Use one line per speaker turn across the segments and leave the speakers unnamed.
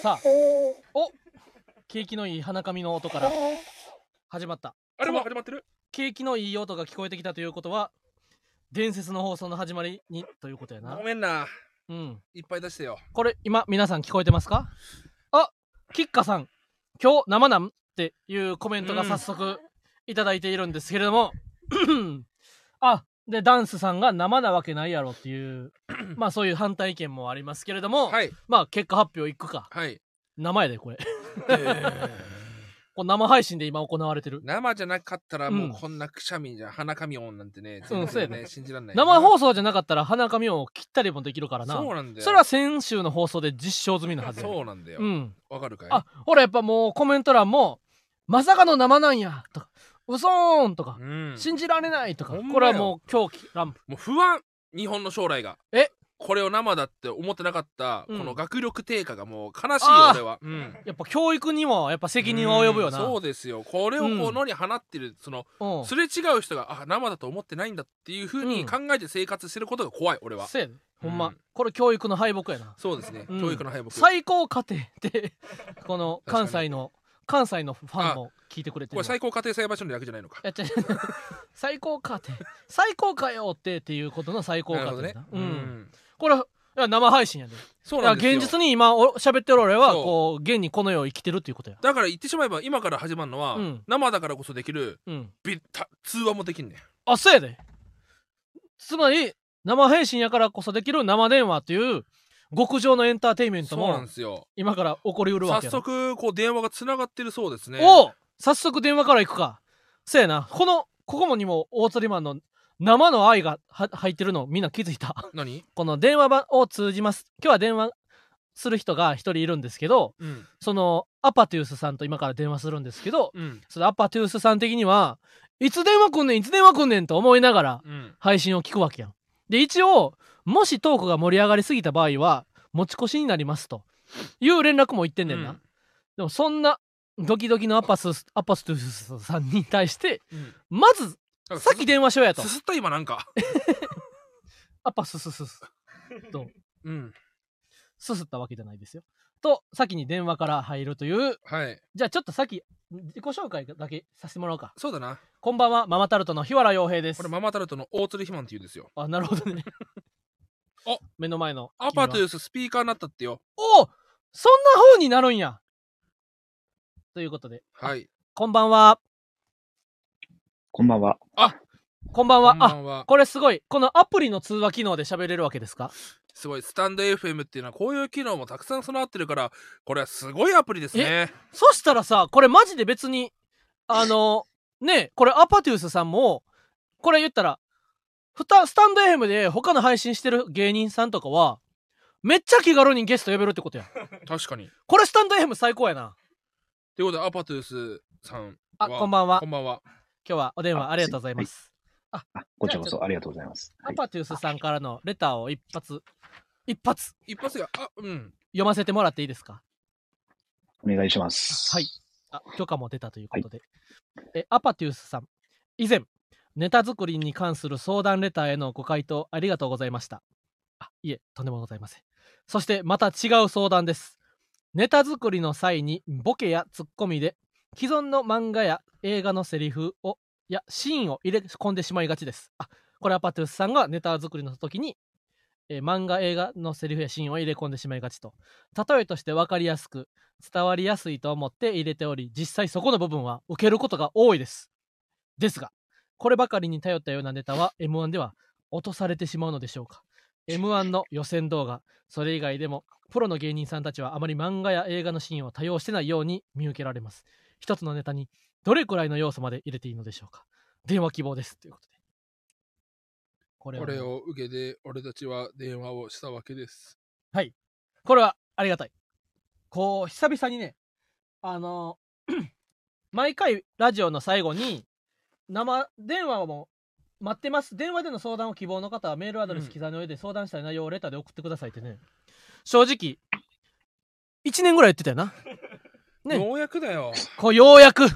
さあお景気のいい鼻紙の音から始まった
あれもう始まってる
景気のいい音が聞こえてきたということは伝説の放送の始まりにということやな
ごめんな。
うん
いっぱい出してよ。
これ今皆さん聞こえてますかあキッカさん今日生なんっていうコメントが早速いただいているんですけれども、 あでダンスさんが生なわけないやろっていう まあそういう反対意見もありますけれども、
はい。
まあ結果発表いくか
はい。
生やでこれ
えー
これ生配信で今行われてる
生じゃなかったらもうんうこんなくしゃみじゃ鼻かみ音なんてね、
うん
全
そうや
然
ね
ね、信じらんないな。
生放送じゃなかったら鼻紙を切ったりもできるからな
そうなんだよ。
それは先週の放送で実証済みのはずや
そうなんだよ
う。ん
わかるかい
あほらやっぱもうコメント欄も「まさかの生なんや」とか「うそーん」とか
う
「
ん。
信じられない」とか、
ほんまよ
これはもう狂気乱舞
もう不安日本の将来が。
え
これを生だって思ってなかった、
うん
この学力低下がもう悲しいよ
あー
俺は。うん
やっぱ教育にもやっぱ責任は及ぶよな
うんそうですよこれをこう野に放ってる、その
うん
すれ違う人があ生だと思ってないんだっていうふう
う
に
ん
考えて生活してることが怖い俺は、
そうやでほんま、
うん
これ教育の敗北やな
そうですね、
うん
教育の敗北
最高家庭ってこの関西の関西のファンも聞いてくれてる
これ
わ
最高家庭裁判所の略じゃないのか
いや違う 最高かって最高かよってっていうことの最高か
な
っ
る
て
ほど
な、う
ね
んこれいや生配信やで
そうなん
い
です
や
よ
現実に今お喋ってる俺は
そう
こう現にこの世を生きてるっていうことや
だから言ってしまえば今から始まるのは、
うん
生だからこそできる
うん
ビタ通話もできんねん
あそうやでつまり生配信やからこそできる生電話という極上のエンターテインメント
そうなん
も
ですよ
今から起こりうるわ
早
けやな
速こう電話がつながってるそうですね
おう早速電話から行くかそうやなこのここもにも大鳥マンの生の愛がは入ってるのみんな気づいた
何
この電話番を通じます今日は電話する人が一人いるんですけど
うん
そのアパトゥースさんと今から電話するんですけど
うん
そのアパトゥースさん的にはいつ電話くんねんいつ電話くんねんと思いながら
うん
配信を聞くわけやん。で一応もしトークが盛り上がりすぎた場合は持ち越しになりますという連絡も言ってんねんな。
うん
でもそんなドキドキのアパスアパストゥースさんに対して
うん
まず
なんか
さっき電話しようやと
すすった今なんか
アパスススス
うん
すすったわけじゃないですよ。と先に電話から入るという
はい
じゃあちょっと先自己紹介だけさせてもらおうか。
そうだな
こんばんはママタルトの日原洋平です
これ。ママタルトの大鶴肥満って言うんですよ
あなるほどね。
お
目の前の
アパトゥ
君は
ーススピーカーになったってよ
おそんな風になるんやということで、
はい
こんばんは。
こんばんは。
こんばんは。
こんば
あ
んは
これすごい。このアプリの通話機能で喋れるわけですか
すごいスタンド FM っていうのはこういう機能もたくさん備わってるからこれはすごいアプリですね
そしたらさ、これマジで別に、あの、ねこれアパティウスさんも、これ言ったら、ふたスタンド FM で他の配信してる芸人さんとかは、めっちゃ気軽にゲスト呼べるってことや。
確かに
これスタンド FM 最高やな。
ということでアパトゥースさん
あ、
わ
こんばんは
こ。んばんは
今日はお電話ありがとうございます。
あ、こちらこそありがとうございます。は
ア
い、
パトゥースさんからのレターを一発、一発
一発があうん
読ませてもらっていいですか
お願いします。
はい。あ、許可も出たということで。え、アパトゥースさん、以前、ネタ作りに関する相談レターへのご回答ありがとうございました。あ、いえ、とんでもございません。そして、また違う相談です。ネタ作りの際にボケやツッコミで既存の漫画や映画のセリフをやシーンを入れ込んでしまいがちです。あこれアパトゥースさんがネタ作りの時に、えー漫画映画のセリフやシーンを入れ込んでしまいがちと例えとして分かりやすく伝わりやすいと思って入れており実際そこの部分は受けることが多いです。ですがこればかりに頼ったようなネタは M1 では落とされてしまうのでしょうか M1 の予選動画それ以外でもプロの芸人さんたちはあまり漫画や映画のシーンを多用してないように見受けられます。一つのネタにどれくらいの要素まで入れていいのでしょうか電話希望です。ということで。これ
こ
はね
れを受けて俺たちは電話をしたわけです
これはありがたい。こう、久々にね、あの、 毎回ラジオの最後に、生電話も待ってます。電話での相談を希望の方はメールアドレ
う
ス
ん
刻みの上で相談したい内容をレターで送ってくださいってね。正直、1年ぐらい言ってたよな。ね
ようやくだよ
こう、ようやく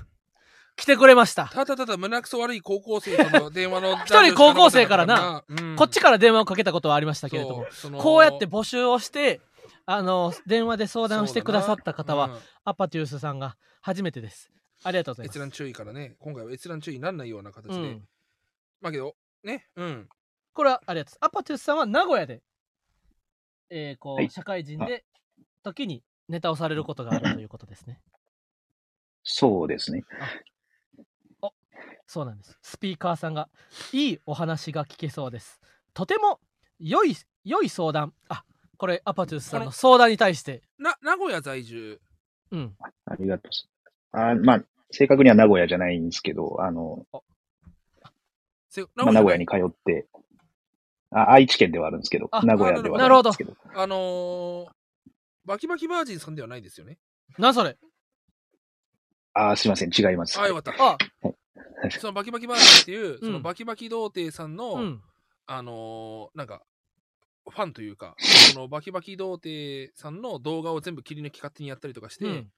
来てくれました。
ただただ胸くそ悪い高校生との電話の
一人高校生からな
うん
こっちから電話をかけたことはありましたけれども。
そうその
こうやって募集をしてあの、電話で相談してくださった方は、
そうだ
アパティウスさんが初めてです。ありがとうご
な、
ざ
うん
います
閲覧。注意からね、今回は閲覧注意にならないような形で。
うん、
まあけど、ね、うん。
これはありがとうございます。アパティウスさんは名古屋で、えーこう、
はい
社会人で、時にネタをされることがあるということですね。
そうですね。
そうなんです。スピーカーさんが、いいお話が聞けそうです。とても良い、良い相談。あ、これ、アパティウスさん
こ
の
の
相談に対して、
な、名古屋在住。
うん。
ありがとうございます。あまあ、正確には名古屋じゃないんですけど、あの、
せ
まあ、名古屋に通って、あ愛知県ではあるんですけど
あ、
名古屋では
な
な
る
い
ほ
ん
ど
ですけど。
あのー、バキバキバージンさんではないですよね。
なんそれ
ああ、すいません、違います。
あ、よかった。
あ、
そのバキバキバージンっていう、その
うん
バキバキ童貞さんの、
うん。
あのーなんか、ファンというか、そのバキバキ童貞さんの動画を全部切り抜き勝手にやったりとかして、
うん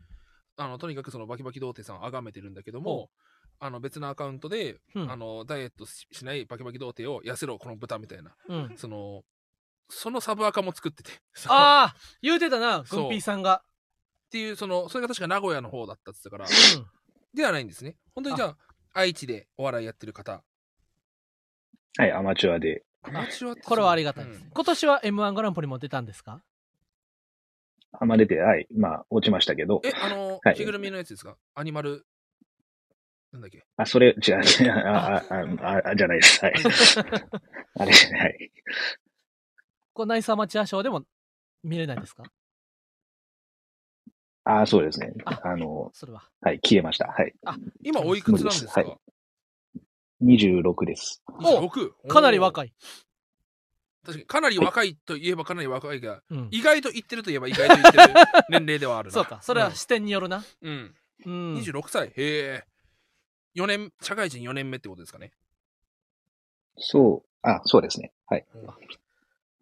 あのとにかくそのバキバキ童貞さんを崇めてるんだけど
ほ
も、あの別のアカウントで、
うん
あのダイエットししないバキバキ童貞を痩せろこの豚みたいな
うん。
そのそのサブアカも作ってて そのっ
ああ、言うてたな、
そう
グンピーさんが。
ていうそのそれが確か名古屋の方だったっつったから
うん
ではないんですね本当にじゃあ愛知でお笑いやってる方
はい、アマチュアで。
アマチュアって
これはありがたいです、
うん
今年は m 1グランプリも出たんですか
あま出て、はい、まあ、落ちましたけど。
えあの、
はい
着ぐるみのやつですかアニマルなんだっけ
あ、それ、違う、違うあ、あ、あ、あ、じゃないです。はい。あれ、はい。
こうナイスアマチュア賞でも見れないですか
あ、そうですね。
あ
あの、
それは。
はい、消えました。はい。
今おいくつなんですか、
はい26です。
お
26
かなり
い
若い。
確かにかなり若いといえばかなり若いが
うん、
意外と言ってるといえば意外と言 ってる年齢ではあるな
そうか、それは視点によるな。
うん、うん
うん。
26歳へえ4年社会人4年目ってことですかね
そう、あ、そうですね。はい。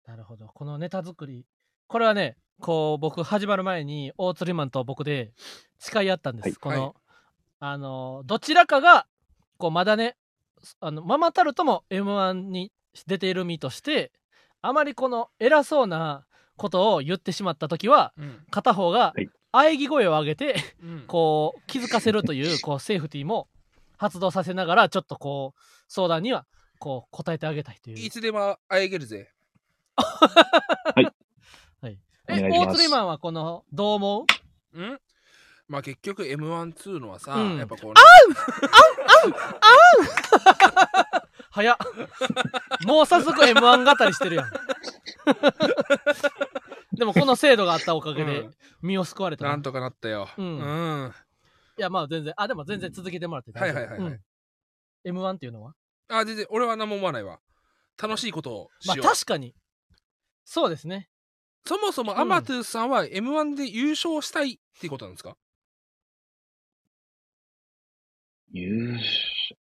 なるほど。このネタ作り。これはね、こう僕始まる前に大釣りマンと僕で誓い合ったんです。
はい
この、
はい
あの、どちらかが、こうまだね、あのママタルトも M1 に出ている身として、あまりこの偉そうなことを言ってしまった時は、
うん、
片方が
はい
喘ぎ声を上げて、
うん、
こう気づかせると いうこうセーフティーも発動させながらちょっとこう相談にはこう答えてあげたいという
いつでも会えげるぜ
お
え
願いし
大
ま
釣
す
り。マンはこのどう思
うんまあ結局 m 1 2のはさ、
うん
やっぱこう、
う早 っもう早速 M1 語りしてるやんでもこの制度があったおかげ
う
で
ん
身を救われたな、
なんとかなったよ
うん
うん
いやまあ全然あでも全然続けてもらって
は
大
い
丈夫
はいはいはい、
うん M1 っていうのは
あ全然俺は何も思わないわ楽しいことをし
まあ
よう、
確かにそうですね
そもそもアマトゥーさんは m 1で優勝したいっていうことなんですか、
優勝、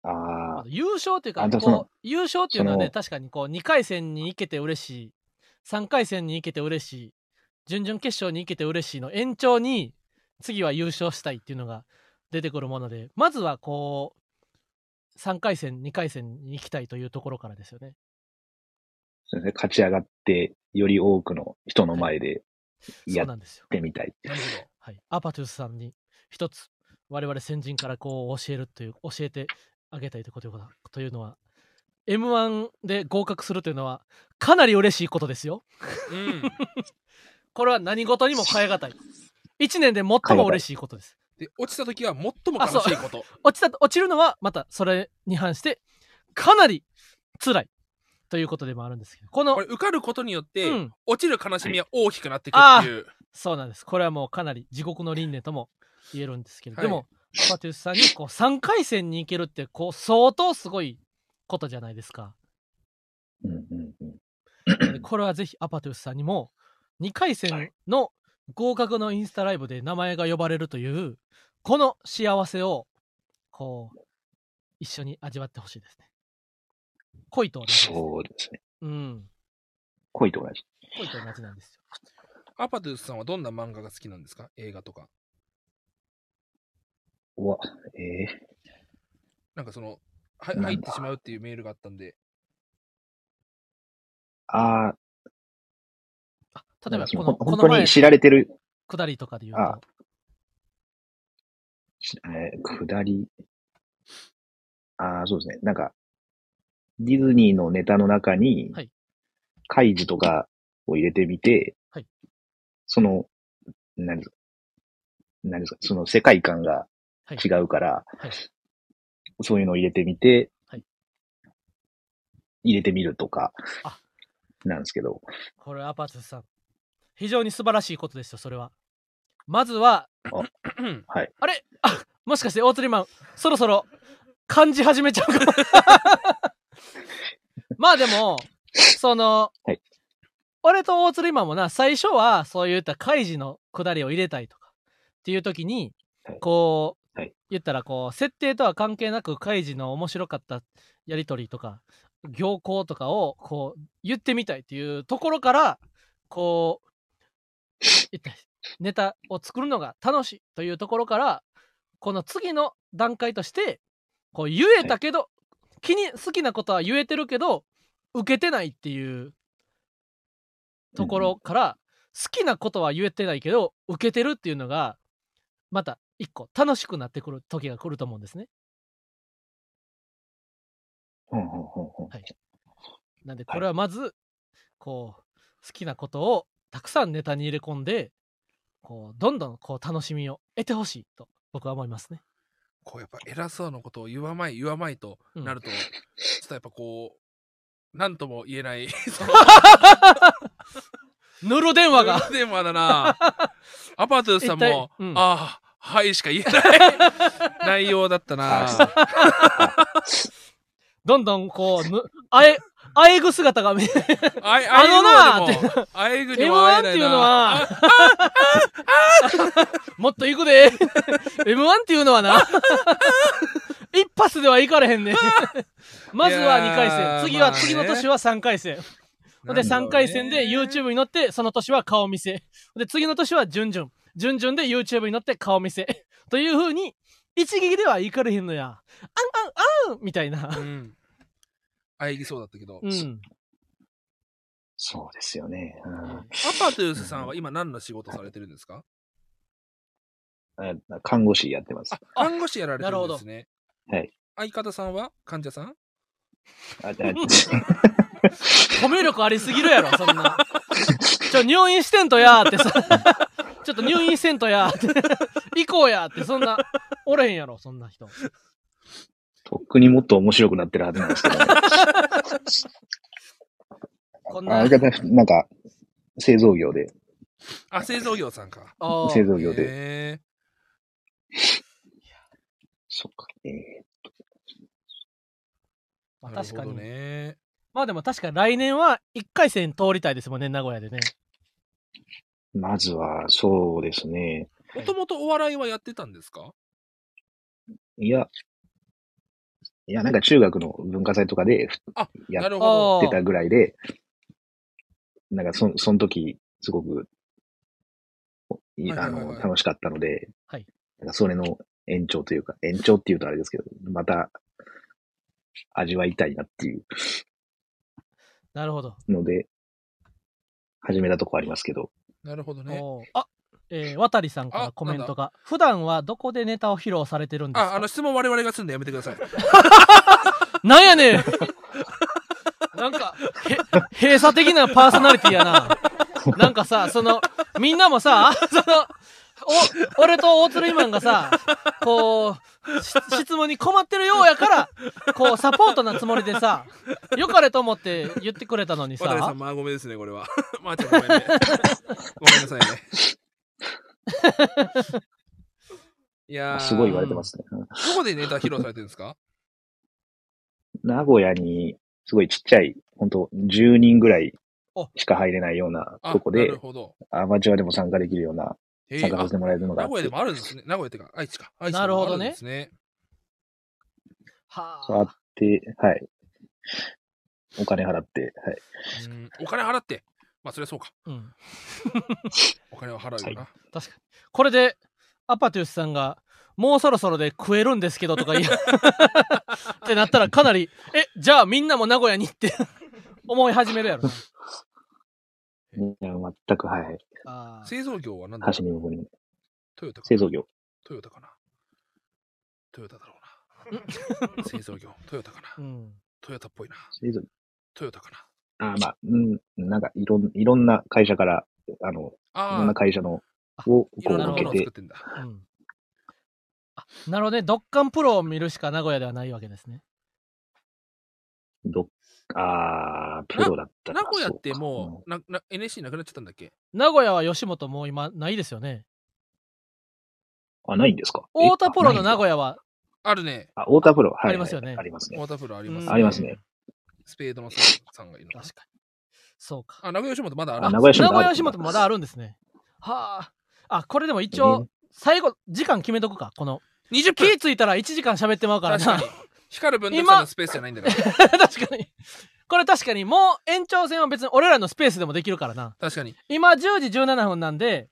ま
あ
あ優勝というか
あでもその
こう優勝っていうのは
そ
ね
の
確かにこう2回戦に行けて嬉しい3回戦に行けて嬉しい準々決勝に行けて嬉しいの延長に次は優勝したいっていうのが出てくるものでまずはこう3回戦2回戦に行きたいというところからですよね
そうですね。勝ち上がって、より多くの人の前で
そ
や
う
っ
なんですよ、
てみたい。
なるほど
はい、アパトゥースさんに一つ我々先人からこう教えるという教えてあげたいということだというのは m 1で合格するというのはかなり嬉しいことですよ
うん
これは何事にも変え難い。一年で最も嬉しいことです。
で落ちた時は最も悲しい こと
落ちた、落ちるのはまたそれに反して、かなり辛いということでもあるんですけど、この
こ、れ受かることによって、
うん
落ちる悲しみは大きくなっていくっていう
そうなんです。これはもうかなり地獄の輪廻とも言えるんですけど、
はい
でも、パテュスさんにこう3回戦に行けるって、こう相当すごいことじゃないですか。
うんうんうん。
でこれはぜひアパトゥースさんにも2回戦の合格のインスタライブで名前が呼ばれるというこの幸せをこう一緒に味わってほしいですね。恋と同じです、
そうですね。
うん。
恋と同じ。
恋と同じなんですよ。
アパトゥースさんはどんな漫画が好きなんですか映画とか
うわ、えー
なんかそのは
なんだ
入ってしまうっていうメ ールがあったんで
ああ、
例えば、
ほ
こ
ん
の、こ
本
の
当
前
に、知られてる、
下りとかで言う
あ
と、
し えー下り。ああ、そうですね。なんか、ディズニーのネタの中に
はい、
カイジとかを入れてみて、
はい
その、何ですか、何ですか、その世界観が
はい
違うから、
はい
そういうのを入れてみて、
はい
入れてみるとか
あ、
なんですけど、
これ、アパーツさん、非常に素晴らしいことですよ、それは。まずは、
うん
あれあもしかして、大釣りマン、そろそろ、感じ始めちゃう かも。まあでも、その、
はい
俺と大釣りマンもな、最初は、そういった開示のくだりを入れたいとか、っていう時に
はい、
こう、
はい
言ったら、こう、設定とは関係なく、開示の面白かったやりとりとか、行行とかを、こう、言ってみたいっていうところから、こう、言ったネタを作るのが楽しいというところからこの次の段階としてこう言えたけど、気に好きなことは言えてるけど受けてないっていうところから、好きなことは言えてないけど受けてるっていうのがまた一個楽しくなってくる時が来ると思うんですね。
ほんほんほんほん
なんで
はい
これはまず、こう好きなことをたくさんネタに入れ込んでこうどんどんこう楽しみを得てほしいと僕は思いますね。
こうやっぱ偉そうなことを言わまい言わまいと
うん
なると、ちょっとやっぱこう、なんとも言 えない、その、
ヌル電話が
電話だな。アパートさんも、
一体うん
ああ、はいしか言えない内容だっ たな。
あ
どんどんこう、ぬ あえ、あえぐ姿が見える。
あい
あのな
あえぐのでもあ
M1 っ
えぐにも会えないな。
ていうの は、もっと行くで。M1 っていうのはな、 一発ではいかれへん ね。まずは2回
い
戦、
やー
次は、
まあね
次の年は3回戦。ほんで
なん
3
だろうね
回戦で YouTube に乗って、その年は顔見せ。で、次の年は順々。順々で YouTube に乗って顔見せ。という風に、一撃ではいかれへんのや。あんあんあんみたいな。
うん。あえぎそうだったけど。
う
えー
ん。
そうですよね。うん
アパトゥースさんは今何の仕事されてるんですか
あ看護師やってます
あ。、看護師やられてるんですね。
なるほ
相方さんは患者さん
ああ
コミュ力ありすぎるやろ、そんな。ちょ、入院してんとやーってさ、 ちょっと入院してんとやーって、行こうやーって、そんな、おれへんやろ、そんな人。
とっくにもっと面白くなってるはずなんですけ ど、ね。
こん
あ、
な
あ、なんか、製造業で、
あ、製造業さんか。
お
製
ー
造業で。
へ
そっか。え
ー
まあ確か
なるほ
に。
どね。
まあでも確かに来年は1回戦通りたいですもんね、名古屋でね。
ーまずは、そうですね。
もともとお笑いはやってたんですか
いや、いや、なんか中学の文化祭とかでふ
あ
や
な
っ
るほ
あ
て
ー
たぐらいで、なんかそ、その時、すごく、おい
はいは
あ
いはいはい
の、楽しかったので、
はい
なんかそれの延長というか、延長っていうとあれですけど、また、味わいたいなっていう
なるほど。
ので、始めたとこありますけど、
ど。なるほどね。
おーあえー、渡りさんから
あ
コメントが、普段はどこでネタを披露されてるんです
あ、
か
あの質問我々がするんでやめてください。
なんや ねんなんか、へ、閉鎖的なパーソナリティやな。なんかさ、その、みんなもさ、 その、お、俺と大鶴マンがさ、こう、し質問に困ってるようやから、こう、サポートなつもりでさ、よかれと思って言ってくれたのに
渡辺さ
さ
ん、、まあごめんですね、これは。 まあちゃんごめん ね。ごめんなさいね。いやー
すごい言われてますね。うん
どこでネタ披露されてるんですか
名古屋に、すごいちっちゃい、本当10人ぐらい
お
しか入れないような
あ
とこ
な
で
る、ほど。
アマチュアでも参加できるような、
へー
参加させてもらえるの
あ
が
名
あっ
古屋で
て、
もあるんですね。名古屋っていうか、愛知か。愛知
な
で
るほ
もあ
ど
るん
ね
ですね。
そうあ
は
っ
あ、
て、はい。お金払って、はい。
うんお金払って。まあそりゃそうか。
うん。
お金は払うよな。
確かに。これで、アパトゥースさんが、もうそろそろで食えるんですけどとか言 いってなったらかなり、え、じゃあみんなも名古屋にって思い始めるやろな。
いや、全く、はい。
あ ー
製造業は何だろう
箸にもこれも。
トヨタかな
製造業。
トヨタかなトヨタだろう な。製造業、トヨタか
う
な。
ん。
トヨタっぽいな。
製造業。
トヨタかな。
あーまあ、うん、なんか、いろん、いろんな会社から、あの、いろん
あ
な
あ、
会社の
あ、
を、こ
いうろんなも
受
の
け
を作
て
っ、てんだ。
うんあなるほどね、ドッカンプロを見るしか名古屋ではないわけですね。
どっあープロだったら
名古屋って
そう
も
か
うなな NSC なくなっちゃったんだっけ
名古屋は吉本もう今ないですよね。
うんあ、ないんですかえ
太田プロの名
あないんです
古屋は
あるね。
かあ、太田プロ、はいはい。
ありますよね
ありますね
モー。タープロあります、
うん
ありますね。
スペードのさんがいるのかな
確。かに。そうか。
あ、名古屋吉本まだある
あ
んだ
名古屋吉本
名古
あ
屋
る
吉本もまだあるんですね。はあ。あ、これでも一応、最後、時間決めとくか。この、
20
気
分
ぃついたら1時間喋ってまうから
確
な。
か
確
に
か。
光る分断のスペースじゃないんだから。
に。これ確かに、もう延長戦は別に俺らのスペースでもできるからな。
確かに。
今10時17分なんで、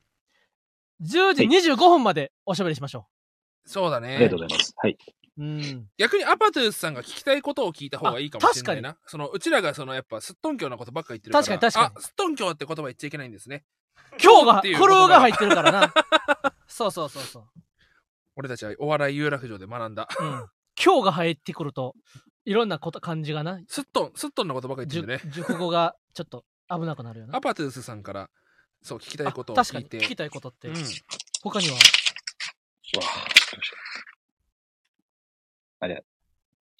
10時25分までおしゃべりしましょ
そうだ
ありが
ね
とう。ございます。はい。
う。 うん。
逆にアパトゥースさんが聞きたいことを聞いた方がいいかもしれないな。そのうちらがそのやっぱすっとんきょうなことばっか言ってるから。
確かに確か
あ、すっとんきょうって言葉言っちゃいけないんですね。
今日が、
っていう
苦労が入ってるから な。そうそうそうそう。
俺たちはお笑い有楽町で学んだ。
うん。今日が入ってくると、いろんなこと、感じがな、
すっとん、すっとんのことばっか
じ
言
ゅ
ってるね。
熟語がちょっと危なくなるよな
ア。パトゥースさんからそう聞きたいことを
あ確か
聞い
に
て。
聞きたいことって、
うん。
他には
わあどうしようあれ、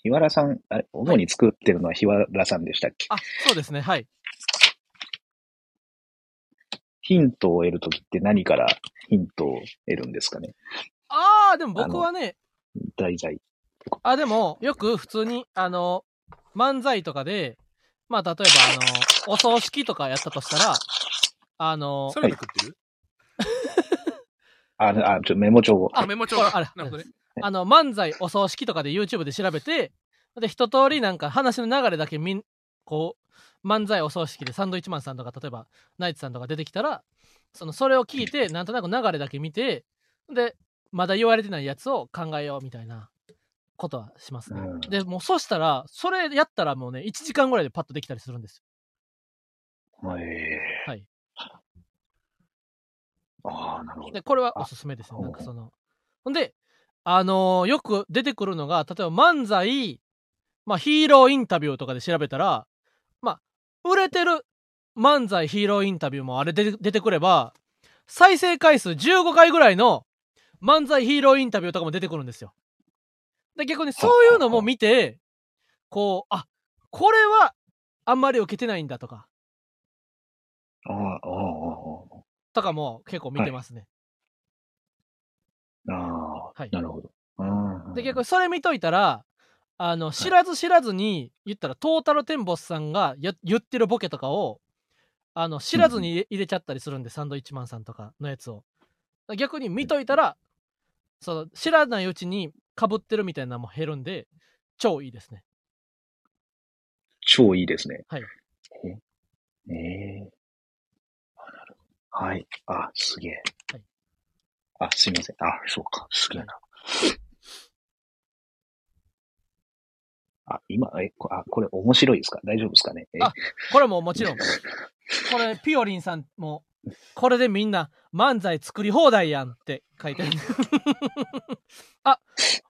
日原さん、あれ、主に作ってるのは日原さんでしたっけ、
あそうですねはい
ヒントを得るときって何からヒントを得るんですかね
ああでも僕はね
題材。
あでもよく普通にあの漫才とかでまあ例えばあのお葬式とかやったとしたらあの
サラダ食ってる
あ、あ、ちょ、メモ帳を。
あ、メモ帳
あ
が。
れ
なるほどね。
あの漫才お葬式とかで YouTube で調べてで一通りなんか話の流れだけみんこう漫才お葬式でサンドイッチマンさんとか例えばナイツさんとか出てきたらそのそれを聞いてなんとなく流れだけ見てでまだ言われてないやつを考えようみたいなことはしますね、
うん
でもうそしたらそれやったらもうね1時間ぐらいでパッとできたりするんですよ
ええ
はい。
ああ、なるほど。
でこれはおすすめですねなんかそのほんであのーよく出てくるのが例えば漫才、まあ、ヒーローインタビューとかで調べたらまあ売れてる漫才ヒーローインタビューもあれで出てくれば再生回数15回ぐらいの漫才ヒーローインタビューとかも出てくるんですよ。で逆にそういうのも見てこうあこれはあんまり受けてないんだとか
ああ、ああ、あ
とかも結構見てますね。
あ、ああ
はい
なるほど。うん
で結構それ見といたらあの知らず知らずに言ったらトータルテンボスさんがや言ってるボケとかをあの知らずに入れ入れちゃったりするんでサンドイッチマンさんとかのやつを逆に見といたらその知らないうちにかぶってるみたいなのも減るんで超いいですね
超いいですね。
はい
え。ええあ、なるほど。はい。あ、すげえ。
はい
あ、すいません。あ、そうか。すげえな。あ、今、え、こあ、これ面白いですか大丈夫ですかねえ
あこれももちろんこれピオリンさんもこれでみんな漫才作り放題やんって書いてあるあ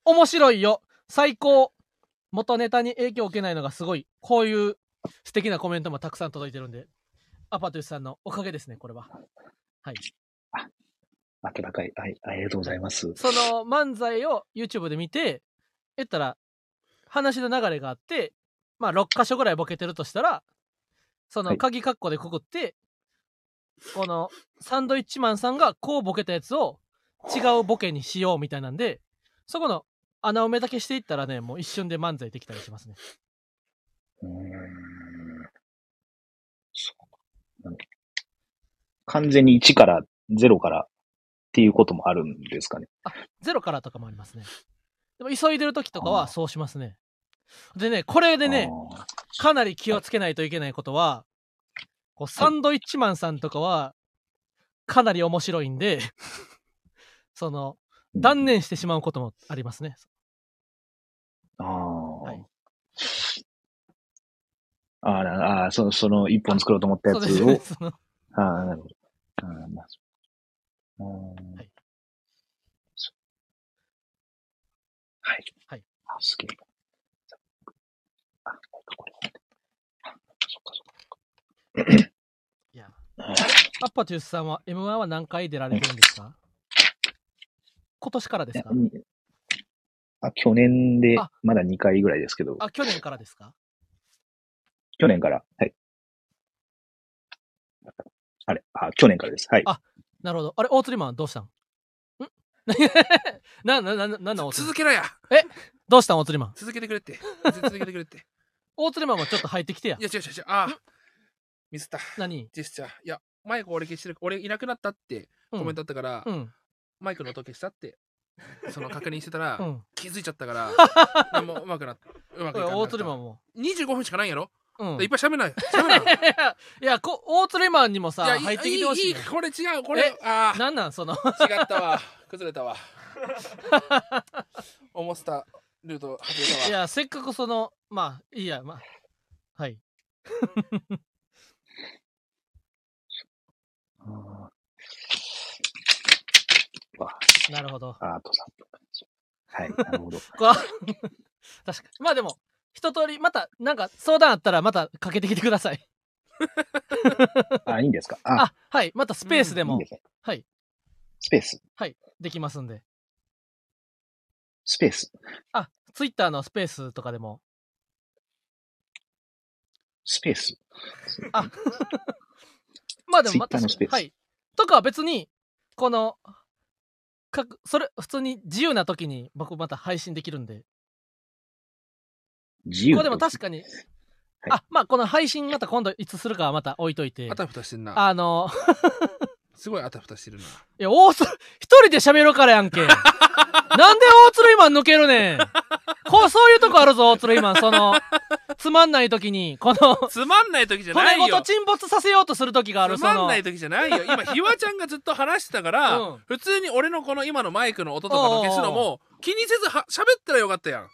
面白いよ最高元ネタに影響を受けないのがすごいこういう素敵なコメントもたくさん届いてるんでアパトゥスさんのおかげですねこれは
温かい。はい。ありがとうございます。
その漫才を YouTube で見てえったら話の流れがあってまあ6箇所ぐらいボケてるとしたらそ
は
の
い
鍵括弧でくくって、このサンドイッチマンさんがこうボケたやつを違うボケにしようみたいなんでそこの穴埋めだけしていったらねもう一瞬で漫才できたりしますね
うーん。そうなんか完全に1から0からっていうこともあるんですかね。
ゼロからとかもありますねでも急いでる時とか
あ
は
ー
そうしますねでねこれでね
あー
かなり気をつけないといけないことは、こうサンドイッチマンさんとかは、かなり面白いん で、その、断。念してしまうこともありますね。
うんああ、
はい
あーなあー、そその一本作ろうと思ったや
そうです
つ
ね。
を
その
ああ、なるほど。ああ、まあ、そう。うん
はい
そうはい。
はい。
あ、すげえ。あ、これか、これか。あそっかそっ
いや、
か。
アッパティウスさんは M1 は何回出られてるんですか今年からですか
いやにあ、去年で
あ、
まだ2回ぐらいですけど、
あ、去年からですか
去年から、はい。あれ、あ、去年からです。はい。
あなるほど。あれ、大釣りマンどうしたんん な、な、な、な、なんなん大釣り
続けろや
どうしたん大釣りマン
続けてくれって。ず続けてくれって。
大釣りマンもちょっと入ってきてや
い。や、違う違う違う。ああ、ミスった。
何
ジェスチャー。いや、マイク俺消してる。俺いなくなったって
うん
コメントあったから、
うん。
マイクの音消したって、その確認してたら、
うん。
気づいちゃったから、 なんもうまくなった。うまくいかんな
大釣りマン
も。
も。
25分しかないんやろ、
うん。
いっぱい喋んない。喋 んない。
いや、いやこ大釣りマンにもさ、
い
入ってきてほしい
い
ね
い。これ違う。これ、あ
なんなん、 その。
あ、違ったわ。崩れ たわ。思ってたルート外れたわ。
いや、せっかくその、まあ、いいや、まあ。はい。
あーわ
なるほ ど。
ああと3分。はい、な るほど。
こわ確かに。まあでも、一通り、また、なんか相談あったら、またかけてきてください。
あ、いいんですかあ、
あ、はい。またスペースで
いいん
も
で、すね。
はい。
スペース。
はい。できますんで。
スペース。
あ、ツイッターのスペースとかでも。
スペース。
まあでも、また
Twitter のスペース
はい。とかは別に、この、各それ、普通に自由な時に僕また配信できるんで。
自由
こ
な
れでも確かに、あ、まあこの配信また今度いつするかはまた置いといて
あ。たふたしてんな。
あの、
すごいあたふたしてるな。
いや、大鶴、一人で喋るからやんけ。なんで大鶴今抜けるねん。こう、そういうとこあるぞ、大鶴今。その、つまんない時に、この、
つまんない時じゃな
骨
い
ご
よ
と。沈没させようとする時がある、
つ
その。
まんない時じゃないよ。今、ひわちゃんがずっと話してたから、
うん
普通に俺のこの今のマイクの音とかの消すのも気にせずは喋ったらよかったや ん。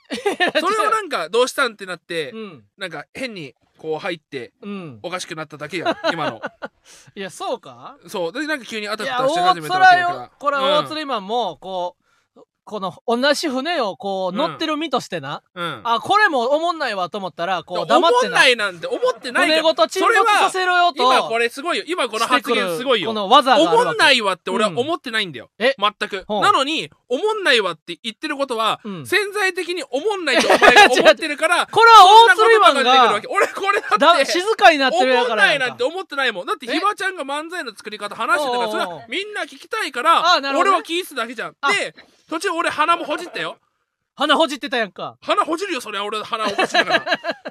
それをなんかどうしたんってなって、
うん。
なんか変にこう入って
うん。
おかしくなっただ けやん、今の。
いや、そうか
そう。で、なんか急にあ
い
たふ
や、
たして
大
始
鶴
めたらしいか
よ
ら。。
これは大
うん
鶴今も、こう、この、同じ船をこう、乗ってる身としてな。
うん。
あ、これもおもんないわと思ったら、こう、
思
黙っ
って
て
な
な。
いなんて思ってな
骨
いから
ごと沈没させろよと。
今これすごいよ今この発言すごいよ
この技があるわけ
思んないわって俺は思ってないんだよ、
うんえ
全く
ほう
なのに思んないわって言ってることは、
うん
潜在的に思んないとお前が思ってるから
これは大
そ
鶴
んな
マ
こと
ン
が
が
出てくるわけ俺これだっ
だ
て
静かになってるや
思
か
ん
ら
な
や
い
んか
なんて思ってないもんだって
え
ひばちゃんが漫才の作り方話してたか
おう
ら
おう
それはみんな聞きたいか
あ
ら
あなるほど
俺
ね
は聞いてただけじゃん
あ
で途中俺鼻もほじったよ
鼻ほじってたやんか
鼻ほじるよそれは俺の鼻をほじ るから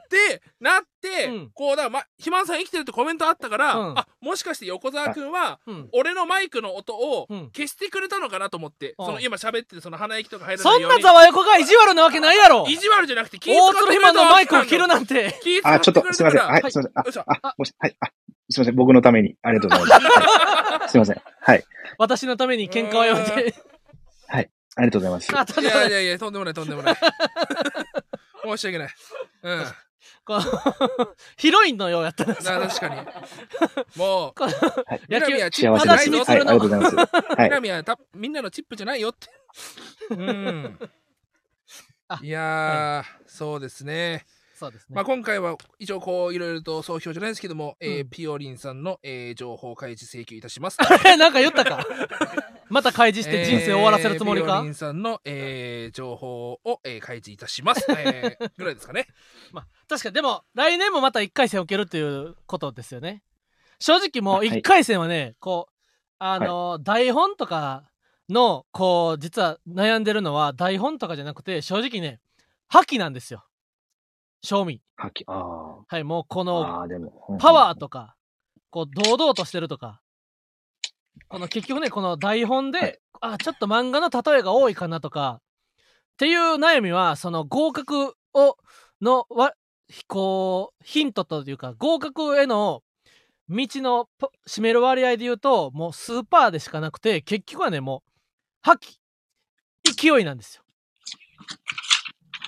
でなって、
うん
こうだからま肥満さん生きてるってコメントあったから、
うん
あもしかして横澤君は
うん
俺のマイクの音を
うん
消してくれたのかなと思って、
うん
その今喋ってるその鼻息とか入らな
そ
い
ん
よう
な
に
ざわやこが意地悪なわけないやろ
意地悪じゃなくて気
大鶴ひまのマイクを切るなんて
気使
あ、ち
っ
ょってと
くれ、
す
た
いま
か
せん。
ら
はい
はい、すいません。あ
よいしょ、
あ、ごめんはい、あ、すいません。僕のために。ありがとうございます。 はいすいません。はい、
私のために喧嘩はやめて
ありがとうございます。
あた
いや
だ
いやいやとんでもないとんでもない申し訳ないうん
こうヒロインのようやったな
な確かにもう
こ野
南
球
はチッ
幸
プ
せ
じ
で
ゃ
た
な
だ
い
し
ぞ
に
す。
それ
はい、
の
ありがと うございます。はい。
南はたみんなのチップじゃないよって。うん
あ。
いやー、そうですね。
そうです
ま
ね
あ今回は一応こういろいろと総評じゃないですけども、えー
うん
ピオリンさんの、えー情報開示請求いた します。
あれなんか言ったかまた開示して人生終わらせるつもり
えーピ
か
オリンさんの、えー情報を、えー開示いた します。えーぐらいですかね。
まあ確かにでも来年もまた1回戦を受けるっていうことですよね正直もう
はい
1回戦はね、こうあのー台本とかのこう実は悩んでるのは台本とかじゃなくて正直ね覇気なんですよ正味
はき、あ
はいもうこ
あ。
の
ああ、でも。うん
パワーとかこう堂々としてるとかこの結局ねこの台本で、
はい
あちょっと漫画の例えが多いかなとかっていう悩みはその合格をのわこうヒントというか合格への道のポ占める割合で言うともう数パーでしかなくて結局はねもう覇気勢いなんですよ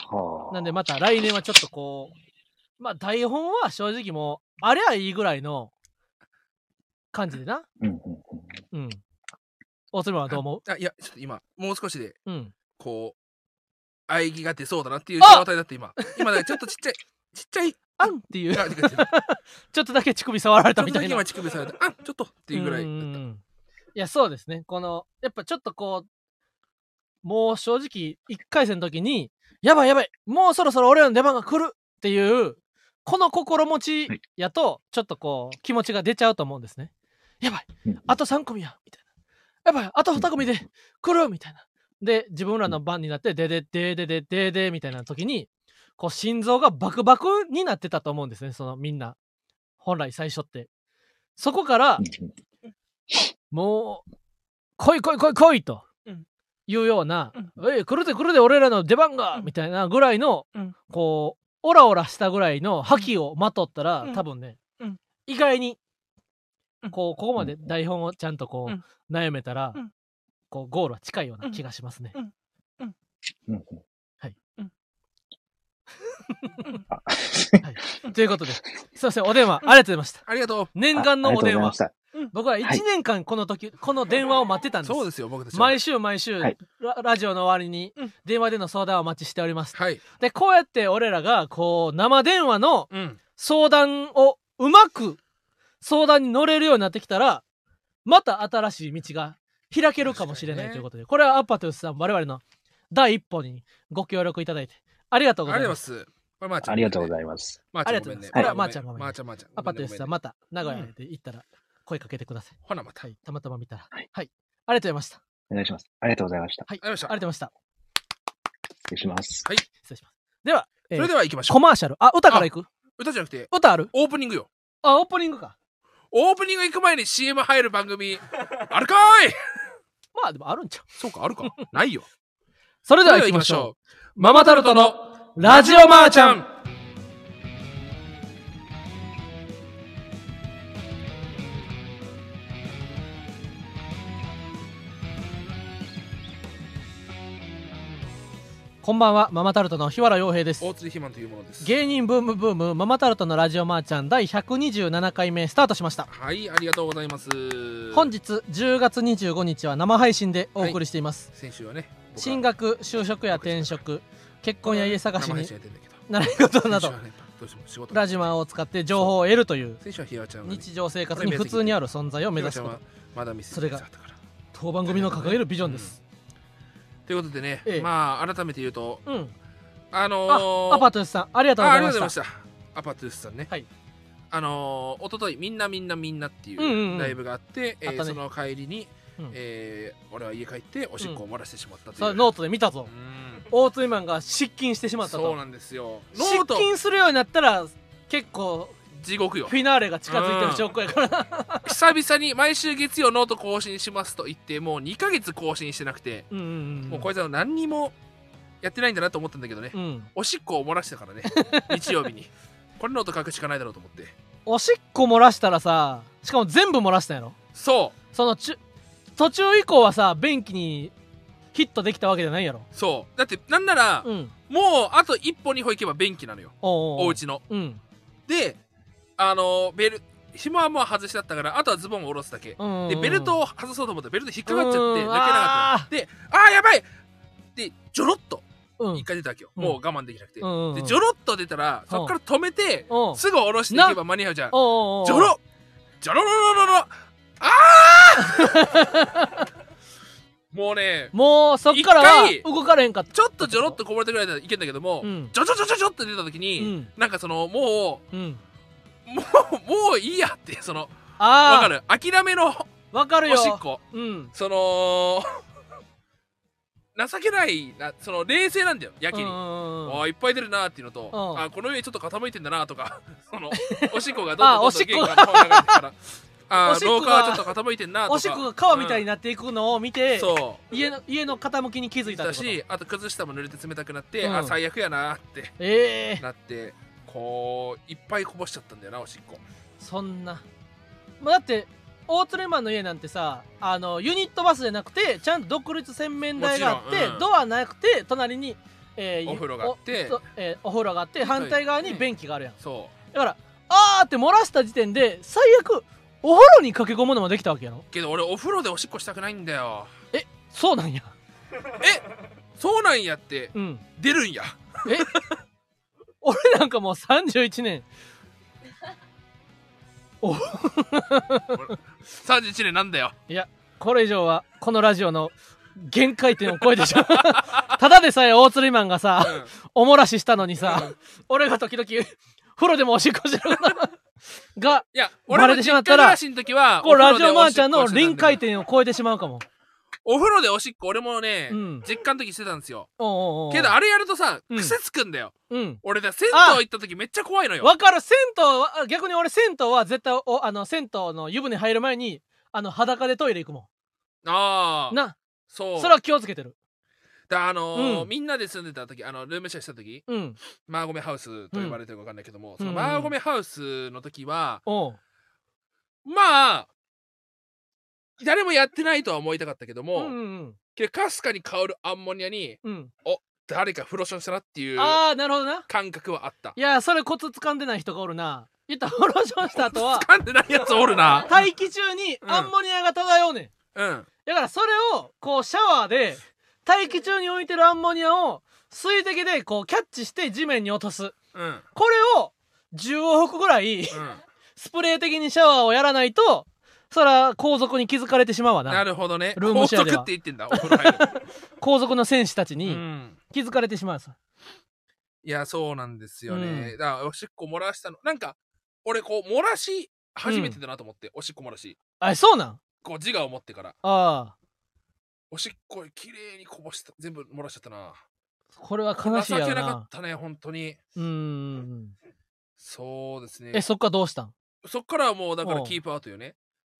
はあ。
なんでまた来年はちょっとこうまあ台本は正直もうあれはいいぐらいの感じでな。
うんうんうん。
うん。大鶴マンはどう思
あいや、ちょっと今、もう少しで、
ううん。
こう、喘ぎが出そうだなっていう
あ
状態だって今。今、ちょっとちっちゃい、 ちっちゃい、
あんっていう、
あてかちょっ
ちょっとだけ乳首触られた
と
みた
だけ
いな。
今乳首された。あちょっとっていうぐらいだ
う
っ
んう
た
んうんいや、そうですね。この、やっぱちょっとこう、もう正直、1回戦の時に、やばいやばい、もうそろそろ俺らの出番が来るっていう、この心持ち
はい
やと、ちょっとこう、気持ちが出ちゃうと思うんですね。やばい、
うん
あと3組や、みたいな。やばい、あと2組で来るみたいな。で、自分らの番になって、でででででででみたいな時に、こう、心臓がバクバクになってたと思うんですね、そのみんな。本来最初って。そこから、もう、来い来い来い来いと
うん
いうような、
う
えい来るで来るで俺らの出番が、
うん
みたいなぐらいの、
うん
こう、オラオラしたぐらいの覇気をまとったら、
うん
多分ね、
うん
意外に
うん、
こう、ここまで台本をちゃんとこう、
うん
悩めたら、
うん
こう、ゴールは近いような気がしますね。
うんうん
ということで、すいません、お電話ありがとうございました。
ありがと
念願のお電話。
あ
僕ら1年間この時、この電話を待ってたん
う。
です。
そうですよ、僕たちは。
毎週毎週、
はい
ララジオの終わりに
うん
電話での相談をお待ちしております。
はい。
でこうやって俺らがこう生電話の
うん。
相談をうまく相談に乗れるようになってきたらまた新しい道が開けるかもしれない
確か
という
にね
ことで、これはアッパトゥースさん我々の第一歩にご協力いただいてありがとうご
あ
ざい
りがとうござい
ま。
ますす。これ、まーちゃん。
ありがとうご
い
ざいます。
ます。
あ
あ
りが
りが
と
と
う
う
ご
ご
ざ
ざ
いますこ
います。
れはまー
ま
ちゃ
ーちゃん、まーちゃん。
アッパトゥースさん
ごめんね
また長い間で行ったら声かけてください。
ほな、また。
は
あり
い、たまたま見たら。は
はいい、
ありがとうございました。
お願いします。ありがとうございました。
がとうござい
あり
ま
が
し
とうございました。
失礼します。
失礼します。では、え
た。
ー
それでは行きましょ
コマーシャル。あ、歌からいく
う。歌じゃなくて、
歌ある
オープニングよ。
あ、オープニングか。
オープニング行く前に CM 入る番組、 あるかーい
まあでもあるんちゃう。
そうか、あるか。ないよ。
それ
そ
で
れ
は
では
行き
行き
ま
ま
し
し
ょ
ょ
う。
う。ママタルトの
ラジオマーちゃん。こんばんは、ママタルトの日原洋平です。
大津ひまんというものです。
芸人ブームブーム、ママタルトのラジオマーちゃん第127回目スタートしました。
はい、ありがとうございます。
本日10月25日は生配信でお送りしています。
先週はね、
進学、就職や転職、結婚や家探しに
生配信やってんだけど
習い事な
先週
ど
は、ねどうしても仕事
ラジマを使って情報を得るという
先週はひらちゃんがね
日常生活に普通にある存在を目指す
ひ
こ
らちゃん
と
は。まだミス
それが
ミスあったから
当番組の掲げるビジョンです。
ということでね、
ええ
まあ改めて言うと、
うん。
あのー、
あ、アパトゥスさん、ありがとうご
あ
ざ
あ
い
り
ま
がと
し
うご
た。
ざいました。アパトゥースさんね。
はい
あのー、おととい、みんなみんなみんなってい
うんうんうん
うライブがあって、えー
あったね
その帰りに、
うん
えー俺は家帰っておしっこを漏らしてしまったという。
それノートで見たぞ
う。ん
大津マンが失禁してしまった
そう
と。
なんですよ。ノ
失
ート
禁するようになったら、結構
地獄よ
フ。ィナーレが近づいてる証拠やからな。
久々に毎週月曜ノート更新しますと言って、もう2ヶ月更新してなくて、
うんうんうん。
もうこいつは何にもやってないんだなと思ったんだけどね、
うん。
おしっこを漏らし たからね、日曜日に。これノート書くしかないだろうと思って。
おしっこ漏らしたらさ、しかも全部漏らしたんやろ。
そう、
そのちゅ、途中以降はさ、便器にヒットできたわけじゃないやろ。
そう。だって、なんなら、
うん。
もうあと一歩二歩行けば便器なのよ、
おうおう
お家の。
うん。
で、あのベル、紐はもう外しだったから、あとはズボンを下ろすだけ。
うんうんうん。
で、ベルトを外そうと思ったら、ベルト引っかかっちゃって、抜け
うん
なかった。で、あーやばいで、ジョロッと、
うん。
一回出たわけよ。
うん
もう我慢できなくて。
うんうんうん
で、ジョロッと出たら、そっから止めて、
おう
すぐ下ろしていけば間に合うじゃん。
おうおうおう
ジョロジョロロロロロあー もうね、
もうそっからは
一回
動かれへんかった。
ちょっとジョロっとこぼれたぐらいならいけんだけども、
うん
ジョジョジョジョジョって出た時
う
に、
ん。
なんかその、も
うん。
う、もう、もういいやって、その、
ああ。
わかる諦めの
わかるよ。
おしっこ。
うん。
その、 情けないな、その、冷静なんだよ、やけに。
うん
あ
うんうんうん
ーいっぱい出るなーっていうのと、
うん
あーこの上ちょっと傾いてんだなーとか そのおしっこがどん
あー
どんどんどん玄関の方に流れて くからあ
おし
ー
っこ
廊
が
下はちょっと傾いてんなーとか
おしっこが川みたいになっていくのを見て、
そ
家の家の傾きに気づ
う
いたっ
だ
てこと
しあと崩したも濡れて冷たくなって、
うん
あ最悪やなーって
ええ
なってこういっぱいこぼしちゃったんだよなおしっこ
そんな、まあ、だって大鶴マンの家なんてさあのユニットバスじゃなくてちゃんと独立洗面台があっ
もち
て、
ろんうん
ドアなくて隣に、えー
お風呂があって
おそうえーお風呂があって
はい
反対側に便器があるやん
そ
だからあーって漏らした時点で最悪お風呂に駆け込むのもできたわけやろ
けど俺お風呂でおしっこしたくないんだよ
そうなんや。
そうなんやって
うん。
出るんや
俺なんかもう31年。
31年なんだよ
これ以上は、このラジオの限界点を超えてし まう。ただでさえ大釣りマンがさ、おもらししたのにさ、俺が時々、風呂でもおしっこし ろが、
いや
バ
俺
レ
の
てし
実
ま
家
っ
暮
たら
らしの時は
こう
お風
ラ
呂
ジ
で
オマーちゃんの
おしっこしてただよ
臨界点を超えてしまうかも。
お風呂でおしっこ俺もね、
うん。
実家の時してたんですよ
おうおうおう
けどあれやるとさ
うん
癖つくんだよ、
うん。
俺だ銭湯行った時めっちゃ怖いのよ
わかる銭湯はあ逆に俺銭湯は絶対おあの銭湯の湯船入る前にあの裸でトイレ行くも
あ
ん
あ
な
そう
それは気をつけてる
だあのー
うん
みんなで住んでた時あのルームシェアした時
うん
マーゴメハウスと呼ばれてるか分かんないけども、その
うん
マーゴメハウスの時は
おう
まあ誰もやってないとは思いたかったけど
うん
も、
うん
けどかすかに香るアンモニアに
うんうん
誰かフロションしたなっていう
ああなるほどな
感覚はあった
いやそれコツ掴んでない人がおるな言ったらフロションした後は
掴んでないやつおるな
待機中に
うん
アンモニアが漂うねん、
うん
だからそれをこうシャワーで待機中に置いてるアンモニアを水滴でこうキャッチして地面に落とす
うんうん
これを10往復ぐらいスプレー的にシャワーをやらないとそら後続に気づかれてしまうわ
な
な
るほどね
ルームシェアで
法
は
則って言ってんだお風呂入 る
後続の選手たち
う
に
ん
気づかれてしまうさ、
いやそうなんですよね、
う
だからおしっこ漏らしたのなんか俺こう漏らし初めてだなと思って、おしっこ漏らし
あそうなん
こう自我を持ってから
ああ
おしっこきれいにこぼした全部漏らしちゃったな
これは悲しいや
情
ろ
けなかっ
な
たね本当に
うーん
そうですね
えそっからどうしたん
そっからはもうだから
うん
キープアウトよね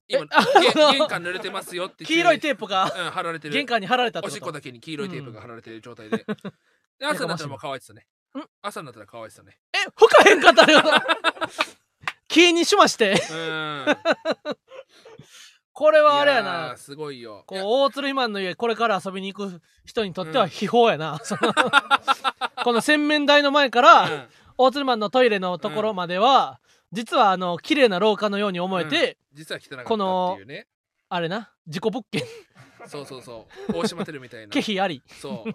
え
今
あ
げ
その
玄関濡れてますよって
黄色い
ー
テープが
プ、うん、貼られてる
玄関に貼られたって
お
こ
しっ
と
こだけに黄色いテープが貼られてる状 態で。で
ん
朝になったらもう乾いてたね
うん。
朝になったら乾いてたね。
え、吹かへんかったよ。 気にしまして。
うーん。
これはあれや
い
な
ー。すごいよ。
こう
いや、
大鶴肥満の家、これから遊びに行く人にとっては秘宝やな。 そのこの洗面台の前から、
うん
大鶴肥満のトイレのところまでは、実はあの、綺麗な廊下のように思えて、
実は汚かった
この
っていうね。
あれな、自己物件、
そうそうそう。大島テル みたいな
気。費あり。
そう。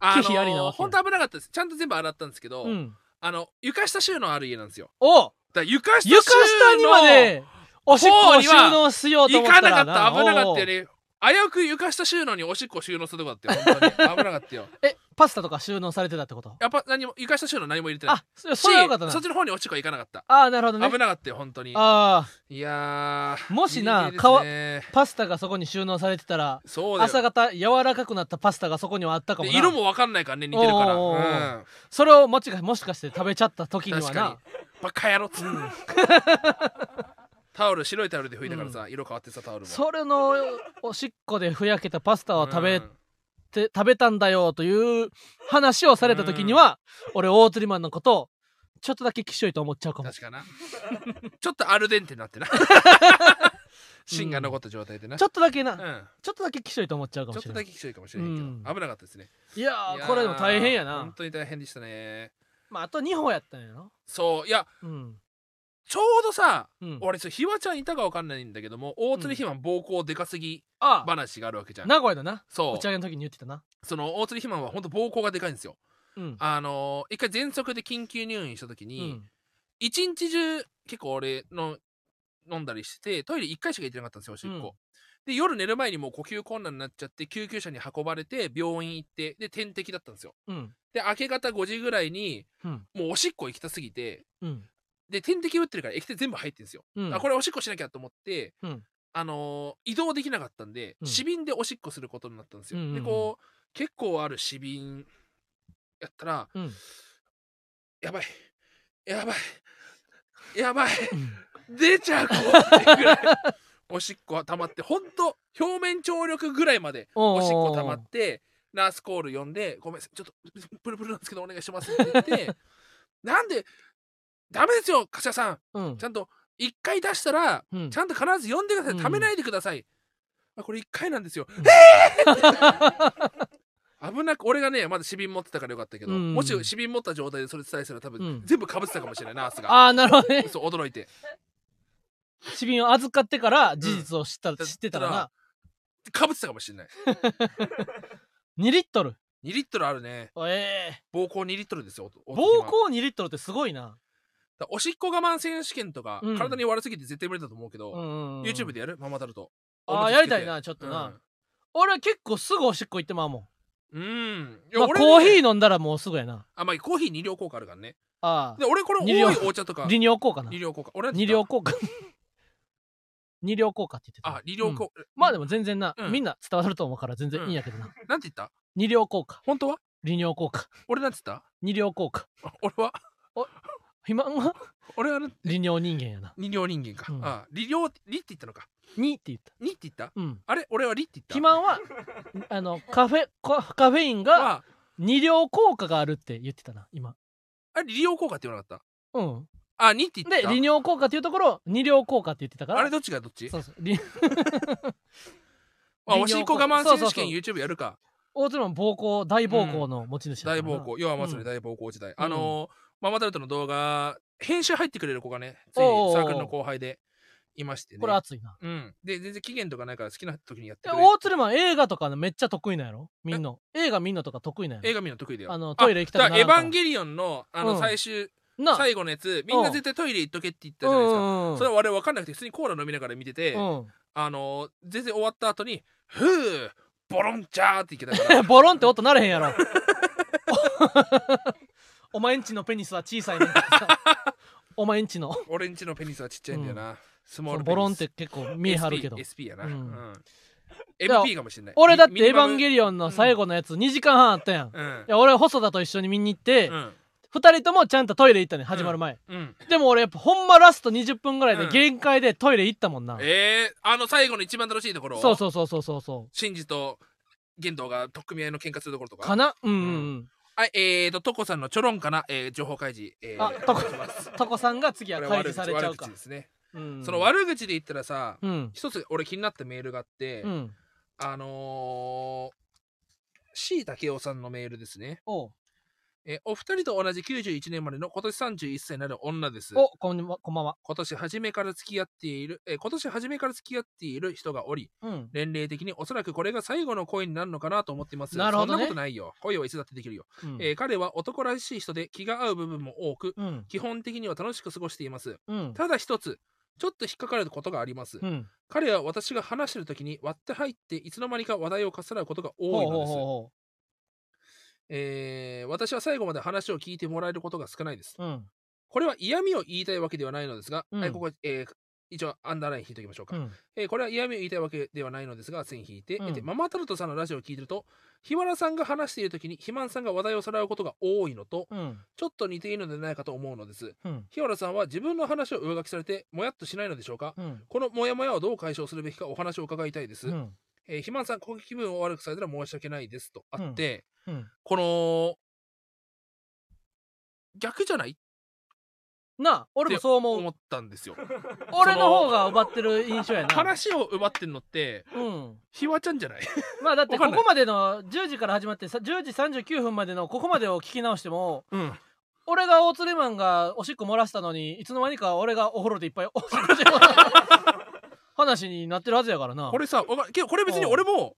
あの
忌避ありなわけや
ー、本当危なかったです。ちゃんと全部洗ったんですけど
う、ん。
あの、床下収納ある家なんですよ。
お
だから床下収納
床下にまで、おしっこを収納しようと思
行
った
からなかった。危なか
お
っ
う
たよね。危うく床下収納におしっこを収納するとこだったよ。本当に危なかったよ。
え、パスタとか収納されてたってこと
やっぱ何も床下収納何も入れてない。
あ、そそれはよかったな
そっ。ちの方に落ちこはいかなかった、
ああ、なるほどね
危。なかったよ本当に
ああ。
いやー
もしな
ギリギリですね
パスタがそこに収納されてたら
そうだよ
朝方柔らかくなったパスタがそこにはあったかも
で
な
色もわかんないからね似てるから
おーおーおー
うん
それをもしかもしかして食べちゃった時には
確か
な
にバカ野郎っつ タオル白いタオルで拭いたからさ、色変わってさタオルも
それのおしっこでふやけたパスタを食べ
ん
て、食べたんだよという話をされた時には、俺大釣りマンのことをちょっとだけきしょいと思っちゃうかも
確かなちょっとアルデンテに なってな芯が残った状態でな、
ちょっとだけな、
うん
ちょっとだけきしょいと思っちゃうか
ちょ
も
っ
し
と
れな
だ
い
けきしいかもしれへんけど、
うん
危なかったですね
いや
い
ー
やー
これでも大変や
本
な
当に大変でしたね
まああと2本やったんやろ
そういや
うん
ちょうどさ
うん
俺そうひわちゃんいたかわかんないんだけども大鶴ひまん暴行でかすぎ
ああ
話があるわけじゃん
名古屋だな
そ
打ち上
う
げの時に言ってたな
その大鶴ひまんは本当暴行がでかいんですよ
うん
あのー一回喘息で緊急入院した時
う
に
ん
一、日中結構俺の飲んだりしててトイレ一回しか行ってなかったんですよおしっこ、で夜寝る前にもう呼吸困難になっちゃって救急車に運ばれて病院行ってで点滴だったんですよ
うん
で明け方5時ぐらいに
うん
もうおしっこ行きたすぎて
うん
で点滴打ってるから液体全部入ってるんですよ
うん
あこれおしっこしなきゃと思って、
うん
あのー移動できなかったんで、
うん
市便でおしっこすることになったんですよ。
うんうんうん
でこう結構ある市便やったら
うん
やばいやばいやばい
うん
出ちゃうこうって ぐらいおしっこは溜まってほんと表面張力ぐらいまでおしっこ溜まってナースコール呼んで「ごめんなさいちょっとプルプルなんですけどお願いします」って言って なんでダメですよ柏さん
うん
ちゃんと一回出したら
うん
ちゃんと必ず読んでください。
うん
ためないでください。あこれ1回なんですよ。えー 危なく、俺がね、まだ紙瓶持ってたからよかったけど、
うん
もし紙瓶持った状態でそれ伝えたら多分、
うん
全部かぶってたかもしれない、ナースが。
ああ、なるほどね。
そう、驚いて。
市民を預かってから事実を知った、知ってたらな、
かぶってたかもしれない。
2リットル。
2リットルあるね。
ええ
膀胱2リットルですよ。おお
膀
お
胱2リットルってすごいな。
だおしっこ我慢選手権とか、
うん
体に悪すぎて絶対無理だと思うけ
う
ど、
ん。
YouTube。でやるママタルト。
ああ、
おむつ
や
つ
り
けて
たいな、ちょっとな。
うん
俺は結構すぐおしっこ行ってまうもん。
うん。い
まあ、
俺ね
コーヒー飲んだらもうすぐやな。
あ、まあ、コーヒー二量効果あるからね。
あ
で、俺これ
二両
多いお茶と
あ。
か、
利尿効果な
二。量効果。俺なんて
二
言
量
った
効果。 二量効果って言ってた。
あ、二量
うん
効果。
まあでも全然な、
うん
みんな伝わると思うから全然いいんやけどな。
なんて言った
二量効果、
本当は
利尿効果、
俺なんて言っ
二量効果。
たあ 俺は
肥満 は
俺はなん
利尿人間やな。
二量人間か。
うん
あ、二量、リって言ったのか。
にって言った。
二って言った
うん。
あれ俺はリって言った
肥満は、 あの、カフェ、カカフェインが
は、
二量効果があるって言ってたな、今。
あれ、利用効果って言わなかっ
うん。
たあ、二って言
で、
った
利尿効果っていうところ、二量効果って言ってたから。
あれどっちがどっち
そうそう。利利
あ
尿
おしっこ我慢
そうそう
選手
そう
権 YouTube やるか。
大津の膀胱、大膀胱の持ち主や
大
からな
暴行。要はまさ
う
に
ん
大暴行時代。あのー、ママタルトの動画、編集入ってくれる子がね、つい
おうおうおう
サークルの後輩でいましてね。
これ熱いな。
うん。で、全然期限とかないから好きな時にやって
え
くれる。
大鶴マン映画とかめっちゃ得意なんやろみんな。映画みんなとか得意なんやろ
映画見るの得意だよ。
あのトイレ行きたくな
あ
ら
だ
ん
か
からら
エヴァンゲリオンの、あ
う
の、
ん
最終、
な
最後のやつ、みんな絶対トイレ行っとけって言ったじゃないですか。
うんうんうん
それは我々分かんなくて、普通にコーラ飲みながら見てて、あのー、全然終わった後に、ふぅ、ボロンチャーって言ってたか
う
ら
ん。 ボロンって音なれへんやろ お前んちのペニスは小さいねんって さお前んちの
俺んちのペニスはちっちゃいんだよな。スモールペニ
ボ
ス
ロンって結構見え張るけど
SP, SP やな、
う
うんん
い
MP かもしれない
俺だって
ミニ
エヴ
マ
ァ
ム
ンゲリオンの最後のやつ2時間半あったやんい
うん
や俺細田と一緒に見に行って
うん
2人ともちゃんとトイレ行ったね始まる前
うん
でも俺やっぱほんまラスト20分ぐらいで
うん
限界でトイレ行ったもんな
えー、あの最後の一番楽しいところ
そう
う
そうそうそうそうそ
シンジと玄道が取っ組み合いの喧嘩するところと
う
か
かなうんうんうん
はいえーとトコさんのちょろんかな、えー情報開示、えー、
あトコ
お願いします
タコさんが次は
これ
開
悪
示され
口
ちゃう
悪
か
口ですね、
うん
その悪口で言ったらさ、
うん
一つ俺気になったメールがあって、
うん
あのー、C 武雄さんのメールですね
おう
えーお二人と同じ91年までの今年31歳になる女です。
おこんにこんばんは
今年初めから付き合っている、えー今年初めから付き合っている人がおり、
うん
年齢的におそらくこれが最後の恋になるのかなと思っています。
なるほどね
そんなことないよ。恋はいつだってできるよ、
うん
えー彼は男らしい人で気が合う部分も多く、
うん
基本的には楽しく過ごしています。
うん
ただ一つ、ちょっと引っかかることがあります。
うん
彼は私が話してる時に割って入って、いつの間にか話題をかっさらうことが多
ほう
いの
ほう
です。
ほ
えー私は最後まで話を聞いてもらえることが少ないです。
ううん
これは嫌味を言いたいわけではないのですが、
うん
はいここ、えー一応アンダーライン引いておきましょ
う
うか、
ん
えーこれは嫌味を言いたいわけではないのですが、線引いて、
うん
でママタルトさんのラジオを聞いてると、日原さんが話しているときに、肥満さんが話題をさらうことが多いのと、
うん
ちょっと似ているのではないかと思うのです。
うん
日原さんは自分の話を上書きされて、もやっとしないのでしょうか
うん
このモヤモヤをどう解消するべきかお話を伺いたいです。
うん
えー肥満さん、こう気分を悪くされたら申し訳ないですとあって、
うん
この、逆じゃない
なあ俺もそう思
思
う
ったんですよ。
俺の方が奪ってる印象やな
話を奪ってんのって
うん
ひわちゃんじゃない
まあだって
わか
こ
んない
こまでの10時から始まってさ10時39分までのここまでを聞き直しても
うん
俺が大鶴マンがおしっこ漏らしたのにいつの間にか俺がお風呂でいっ ぱいおしっこしてる話になってるはずやからな
これさわかけどこれ別に俺も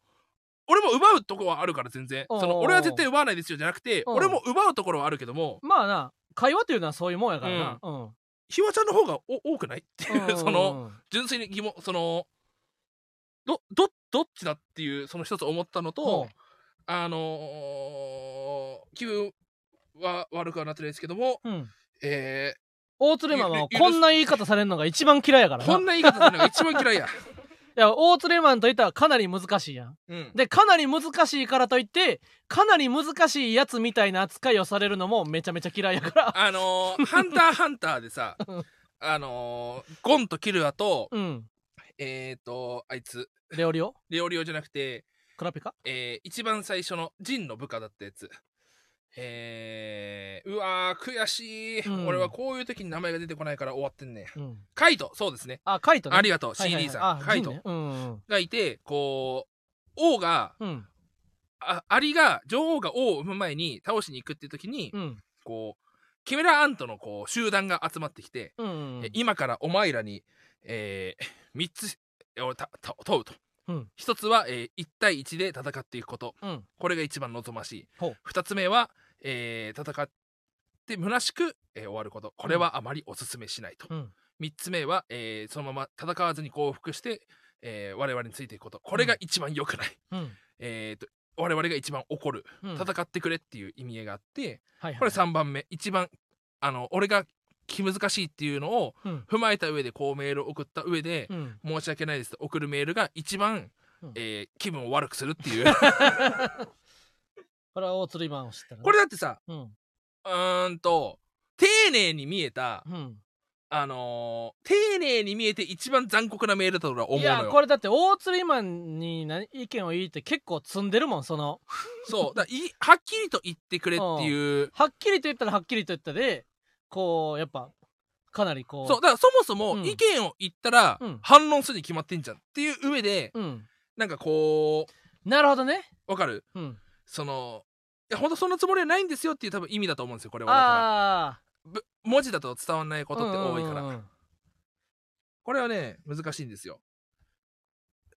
俺も奪うとこはあるから全然
おうおう
その俺は絶対奪わないですよじゃなくて
うん
俺も奪うところはあるけども
まあな会話というのはそういうもんやからなうん
ひわちゃんの方がお多くないって
うんうん
いううんその純粋に疑問そのどどどっちだっていうその一つ思ったの
ほ
とあのー気分は悪くはなってないですけども
ううん
え
大鶴マンはこんな言い方されるのが一番嫌いやか
ー
らな。
こ
い
んな言い方するのが一番嫌 いや
や、大鶴マンといったらかなり難しいやん。
うん
で、かなり難しいからといって、かなり難しいやつみたいな扱いをされるのもめちゃめちゃ嫌いやから。
あのーハンターハンターでさ、あのーゴンとキルアと、
うん。
えっ、と、あいつ、
レオリオ
レオリオじゃなくて、
クラピカ
えー一番最初のジンの部下だったやつ。えー、うわー、悔しい、
うん
俺はこういう時に名前が出てこないから終わってんね。
うん。
カイト、そうですね。
あ、カイトね。
ありがとう、
はいはいはい
CD さん。カイ。
あジン
ト
ねうん
がいて、こう、王が、
うん。うん。
あアリが、女王が王を産む前に倒しに行くっていう時に、
うん。
こう、キメラアントのこう集団が集まってきて、
うん。うん
え今からお前らに、えー、3つをたた問うと。
うん
1つは、えー、1対1で戦っていくこと。
うん
これが一番望ましい
ほう。
2つ目は、えー戦って虚しく、えー終わること。これはあまりお勧めしないと。
うん
3つ目は、えーそのまま戦わずに降伏して、えー我々についていくこと。これが一番良くない。
うん
えーと我々が一番怒る。
うん
戦ってくれっていう意味合いがあって、
はいはい
これ3番目一番あの俺が気難しいっていうのを
うん
踏まえた上でこうメールを送った上で
う、ん
申し訳ないですと送るメールが一番、
うん
えー気分を悪くするっていう
これは大鶴マンを知ったらね
これだってさ
うん
うーんと丁寧に見えた
うん
あのー丁寧に見えて一番残酷なメールだと俺は思う
い
のよ
やこれだって大釣マンに何意見を言いって結構積んでるもんその
そうだいはっきりと言ってくれっていう
はっきりと言ったらはっきりと言ったでこうやっぱかなりこう
そうだからそもそも
うん
意見を言ったら
うん
反論するに決まってんじゃんっていう上で
うん
なんかこ
なるほどね
うわかる
うん
そのいや本当そんなつもりはないんですよっていう多分意味だと思うんですよこれはだから
ああ
ぶ文字だと伝わらないことって多いから、
うんうんうん
これはね難しいんですよ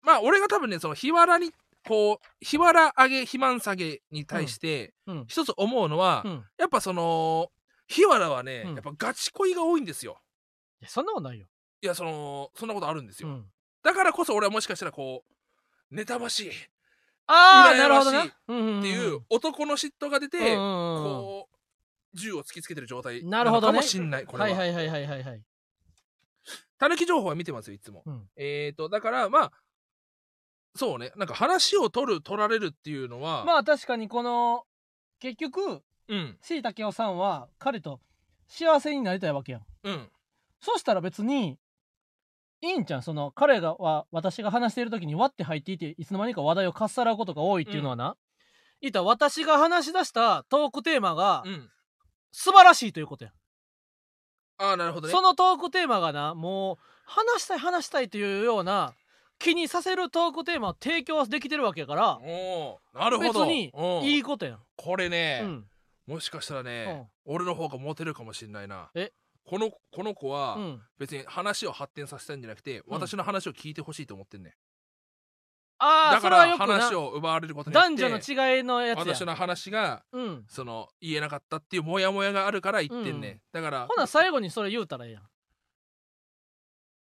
まあ俺が多分ねその日わらにこう日わら上げ肥満下げに対して
うん
一つ思うのは、
うん
やっぱその日わらはね、
うん
やっぱガチ恋が多いんですよ
いやそんなことないよ
いやそのそんなことあるんです
う
よ、
ん
だからこそ俺はもしかしたらこう妬ましいっ
ああ
羨ましい
なるほどなうん
ていう男の嫉妬が出て、
うんうんうん
こう銃を突きつけてる状態
なるほどね
のかもしんないこれは
はいはいはいはいはいはい
たぬき情報は見てますよいつも、
うん
えーとだからまあそうねなんか話を取る取られるっていうのは、
まあ確かにこの結局
うん
椎茸雄さんは彼と幸せになりたいわけやん
うん
そしたら別にいいんじゃんその彼がは私が話している時に割って入っていていつの間にか話題をかっさらうことが多いっていうのはな、いた私が話し出したトークテーマが
うん
素晴らしいということやん
ああなるほどね
そのトークテーマがなもう話したい話したいというような気にさせるトークテーマを提供できてるわけやから
おーなるほど
別に
うん
いいことやん、
これね
う、ん
もしかしたらね、俺の方がモテるかもしれないな
え
このこの子は、
うん、
別に話を発展させたいんじゃなくて、私の話を聞いてほしいと思ってんね
ああ
だ
そ
か
れは
ら
よくな
話を奪われることによって
男女の違いのやつや
私の話が
うん
その言えなかったっていうモヤモヤがあるから言ってんね、だから
ほな最後にそれ言うたらええやん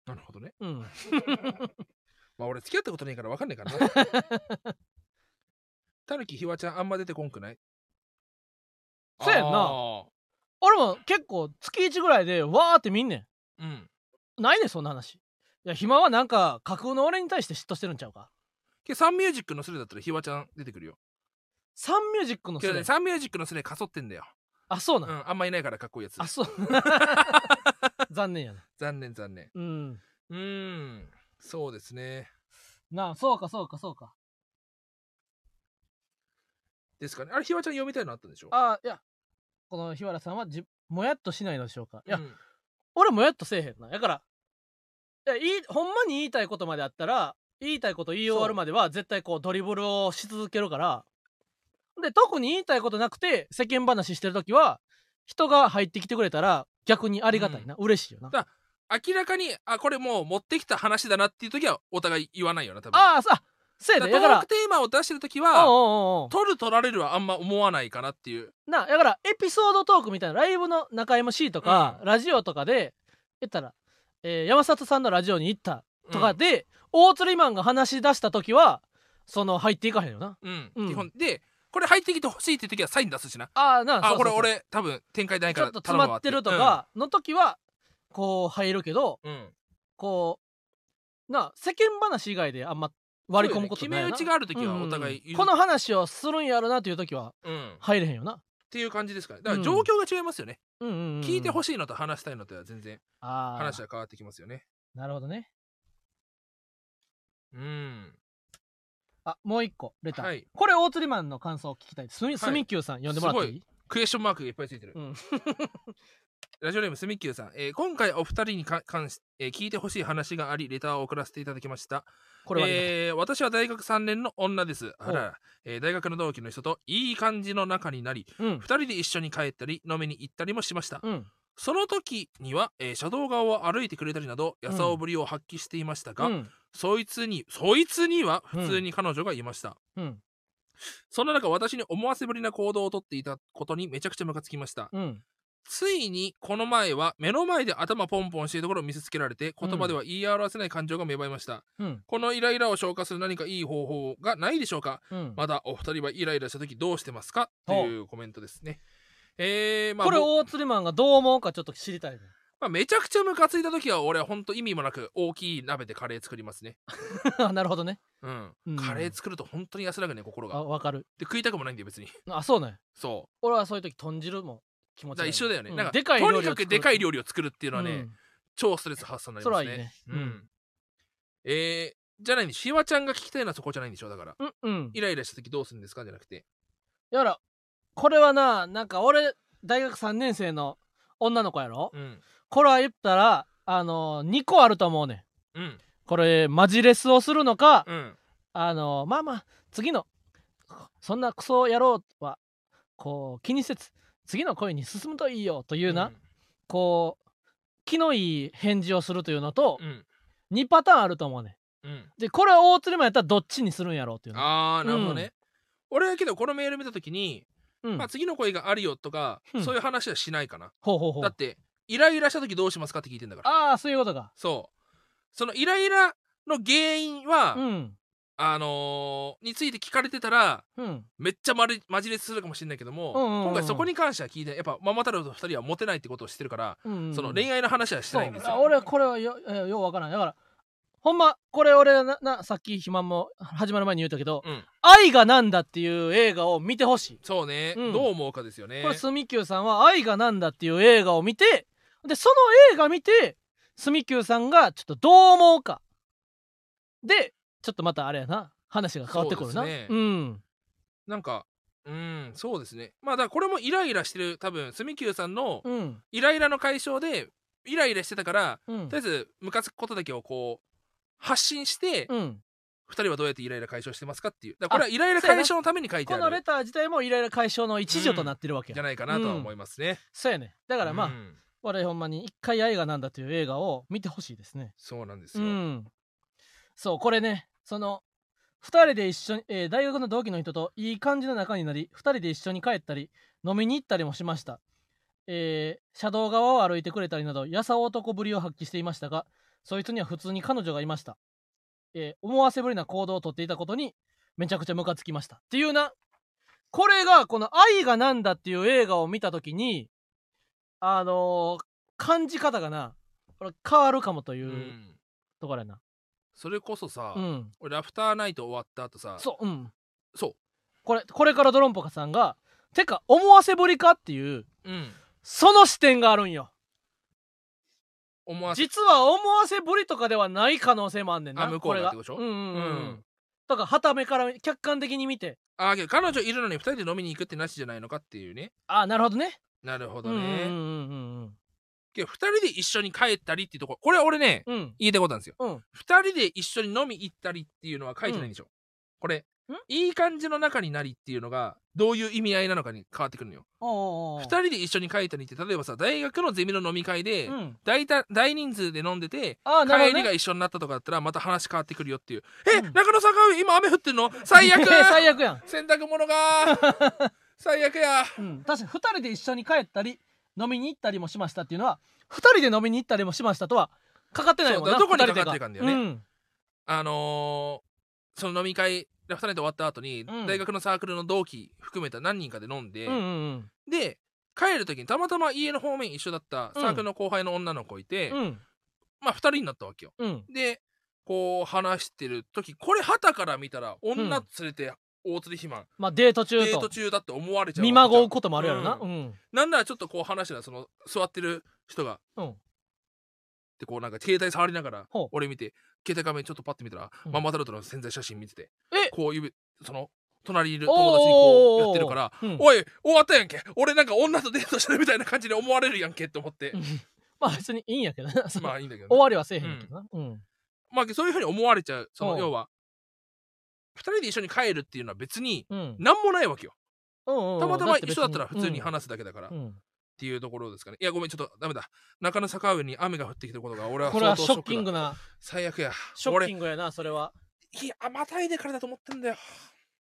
なるほどね
うん
まあ俺付き合ったことないから分かんないからな。 たぬきひわちゃんあんま出てこんくない
そうやんな
あ
俺も結構月1ぐらいでわーって見んね
ーうん。
んないねんそんな話いや暇はなんか架空の俺に対して嫉妬してるんちゃうか
けどサンミュージックのスレだったらひわちゃん出てくるよ。
サンミュージックの
け
せい
どね、サンミュージックのスレかそってんだよ。
あそう
う
なん、
ん、あんまいないからかっこいいやつ
あ。そう 残念やな
残念残念。
うん
うーん、そうですね。
なあそうかそうかそうか
ですかね。あれひわちゃん読みたいのあったんでしょ
あいやこの日原さんはじもやっとしないのでしょうかいや、
うん
俺もやっとせえへんなだからいやいいほんまに言いたいことまであったら言いたいこと言い終わるまでは絶対こうドリブルをし続けるからで特に言いたいことなくて世間話してる時は人が入ってきてくれたら逆にありがたいな、嬉しいよな
だ明らかに、あ、これもう持ってきた話だなっていう時はお互い言わないよな、多分。
ああさせや
だ
で
か
だ
ら
か
トー
ら
クテーマを出してる時
おう
は、
おうおう
取る取られるはあんま思わないかなっていう。
なだからエピソードトークみたいなライブの中 MC とか、
う
ラジオとかで言ったら、えー山里さんのラジオに行ったとかで、大釣りマンが話し出した時はその入っていかへんよな
うん、
うん
基本でこれ入ってきてほしいっていう時はサイン出すしな
ああな
あ
そう
こ
そう
れ
そう
俺多分展開ない
ちょ
か
っ
ら
と詰
頼むわ
まってると、かの時はこう入るけど
うんうん
こうなあ世間話以外であんま割り込むことないよな
決め打ちがある時は
うんうん
お互い言う
この話をするんやろなという時は
うんっ
入れへんよな
ていう感じですかねだか
うん
ら状況が違いますよね、
うんうん、うん、
聞いてほ
しい
しいのと話したいのとは全然
ああ
話は変わってきますよね
なるほどね
うん
あもう一個レター、
はい
これ大釣りマンの感想を聞きたいですみすみきゅうさん呼んでもらっていい
クエスチョンマークがいっぱいついてる、
うん
ラジオネームすみっきゅうさん、えー今回お二人にか関し、えー聞いてほしい話がありレターを送らせていただきました
これはありがとう、
えー私は大学3年の女ですあ
お
ら、えー大学の同期の人といい感じの仲になり
うん
2人で一緒に帰ったり飲みに行ったりもしました、
うん
その時には、えー車道側を歩いてくれたりなど優さおぶりを発揮していましたが、
うん
そいつにそいつには普通に彼女がいました、
うん
そんな中私に思わせぶりな行動をとっていたことにめちゃくちゃムカつきました
うん
ついにこの前は目の前で頭ポンポンしているところを見せつけられて言葉では言い表せない感情が芽生えました、
うん
このイライラを消化する何かいい方法がないでしょうか
うん
まだお二人はイライラした時どうしてますかというコメントですねえー、まあ
これ
もう
大釣りマンがどう思うかちょっと知りたいね
まあ、めちゃくちゃムカついた時は俺は本当意味もなく大きい鍋でカレー作りますね
なるほどね
うん、
うん
カレー作ると本当に安らぐね心
あ
が
わかる
で食いたくもないんだよ別に
あそうね
そ
俺はそういう時豚汁も気
う
持ちが
だから
いい
一緒だよね、
うん
なんか
でかい料理
と
を
にかくでかい料
理
理を作るっていうのはね、
うん
超ストレス発散になり
それ
ま
は
す
いい
ね
ね
うんえー、じゃないんでしわちゃんが聞きたいのはそこじゃないんでしょだから
うんうん
イライラした時どうするんですかじゃなくて
やらこれはななんか俺大学3年生の女の子やろ
うん
これは言ったらあの2個あると思うねん
うん
これマジレスをするのか
うん
あのまあまあ次のそんなクソ野郎はこう気にせず次の恋に進むといいよというな、こう気のいい返事をするというのと
う、ん
2パターンあると思うね
うん、うん
んでこれは大釣りマンやったらどっちにするんやろうっていうの
ああなるほどね、俺はけどこのメール見た時に、
うん
まあ、次の恋があるよとか、
うん
そういう話はしないかな、
ほうほうほ
だっ
う
てイライラした時どうしますかって聞いてんだから
ああそういうことか
そうそのイライラの原因は、
うん
あのーについて聞かれてたら
うん
めっちゃまるマジレスするかもしれないけども、
うんうんうんうん
今回そこに関しては聞いてやっぱママ太郎と二人はモテないってことを知ってるから、
うん
その恋愛の話はしてないんです
そうあ
よ
俺はこれはよえようわからんだからほんまこれ俺ななさっき肥満も始まる前に言ったけど「
うん
愛がなんだ」っていう映画を見てほしい、
そうね、
うん
どう思うかですよね
これすみきゅうさんは「愛がなんだ」っていう映画を見てでその映画見てすみきゅうさんがちょっとどう思うかでちょっとまたあれやな話が変わってくるな
そうですね
ん
なんかうんそうですねまあだからこれもイライラしてる多分すみきゅうさんの
うん
イライラの解消でイライラしてたから
うん
とりあえずムカつくことだけをこう発信して、
うん、
二人はどうやってイライラ解消してますかっていうだからこれはイライラ解消のために書いて
こ
あ
の
る
レター自体もイライラ解消の一助となってるわけ
じ
や、
ゃないかなとは思いますね、
そうやねだからまあ、
うん
我々ほんまに一回愛がなんだという映画を見てほしいですね
そうなんです
う
よ、
んそうこれねその2人で一緒に、えー大学の同期の人といい感じの仲になり2人で一緒に帰ったり飲みに行ったりもしました、えー車道側を歩いてくれたりなどやさ男ぶりを発揮していましたがそいつには普通に彼女がいました、えー思わせぶりな行動をとっていたことにめちゃくちゃムカつきましたっていうなこれがこの「愛がなんだ」っていう映画を見た時にあのー感じ方がなこれ変わるかもというう、
ん
ところやな。
それこそさ、
うん。
俺ラフターナイト終わった後さ
そう、うん。
そ
これ、これからドロンポカさんが、てか、思わせぶりかっていう、
う、うん、
その視点があるんよ。
思わせ
実は思わせぶりとかではない可能性もあんねんな。
あ向こうがってことでしょ
これがうんうんうん。
うん
とか、はためから客観的に見て、
ああけど彼女いるのに二人で飲みに行くってなしじゃないのかっていうね
あなるほどね。
なるほ
う
ど
んうん
ね、
うんうん
けど二人で一緒に帰ったりっていうところこれ俺ね
うん。うん。
言いたいことなんですよ
うん。
二人で一緒に飲み行ったりっていうのは書いてないんでしょ、これ
ん
いい感じの中になりっていうのがどういう意味合いなのかに変わってくるのよ
おお。
二人で一緒に帰ったりって例えばさ大学のゼミの飲み会で、
うん。
大体大人数で飲んでて
あなるほ
帰
ど、ね。
りが一緒になったとかだったらまた話変わってくるよっていう「え
うん
中野さんが今雨降ってんの最悪
最悪やん。
洗濯 物が最悪や
うん。確かに、二人で一緒に帰ったり、飲みに行ったりもしましたっていうのは、二人で飲みに行ったりもしましたとは、かかってないもんな。
そうだから
二
どこに
人
か
で
かってるかんだよね
うん」
あのーその飲み会ラフターナイト終わった後に、
うん
大学のサークルの同期含めた何人かで飲んで、
うんうん
で帰る時にたまたま家の方面一緒だったサークルの後輩の女の子いて、
うんうん
まあ2人になったわけよ
うん
でこう話してる時これ旗から見たら女連れて大釣り肥満、
まあデート中
デート
と
中だって思われちゃうわけ
見
じゃん
まごうこともあるやろな
う
うんん
なんならちょっとこう話したらその座ってる人が
うん
でこうなんか携帯触りながら
ほう
俺見て携帯画面ちょっとパッて見たら、
うん
ママタルトの潜在写真見てて
え
こう指その隣にいる
おー
友達にこうやってるから
うん
おい終わったやんけ俺なんか女とデートしてるみたいな感じで思われるやんけって思って
うんまあ別にいいんやけどなその
まあいいんだけど、
終
ね、
わりはせえへんやけどなうん
まあそういうふうに思われちゃうそ
お
の
う
要は2人で一緒に帰るっていうのは別に
うん
何もないわけよ
うんうんうん
たまたま一緒だったら普通に
だって
話すだけだから、
別にうんうん
っていうところですかね。いや、ごめん、ちょっとダメだ。中野坂上に雨が降ってきてることが、俺は
これは
相当
シ
ショ
ョ
ッ
ッ
ク
キン
だ。
グな、
最悪や。
ショッキ
俺、
ングやな、それは。
日、あまたいでからだと思ってんだよ。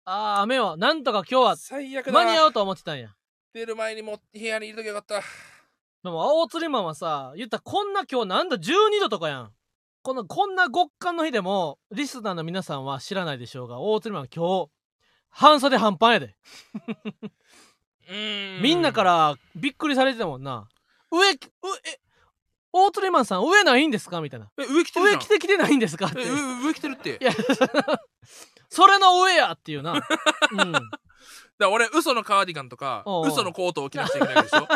ああ、雨は、なんとか今日は
最悪だ。
間に合うと思ってたんや。
出る前にもう部屋にいるときよかった。
でも、青釣りマンはさ、言ったらこんな今日なんだ、12度とかやん。こんな、こんな極寒の日でも、リスナーの皆さんは知らないでしょうが、大釣りマンは今日、半袖半パンやで。
うー
みんなか。らびっくりされてたもんな。上、うえ、大釣りマンさん上ないんですかみたいな。
え、上着てる
上
じゃん。
着てきてないんですかって
え。上上着てるって。
いや、それの上やって いうな。うん。
だから俺、嘘のカーディガンとか
おうお、う
嘘のコートを着なくちゃいけないでしょ。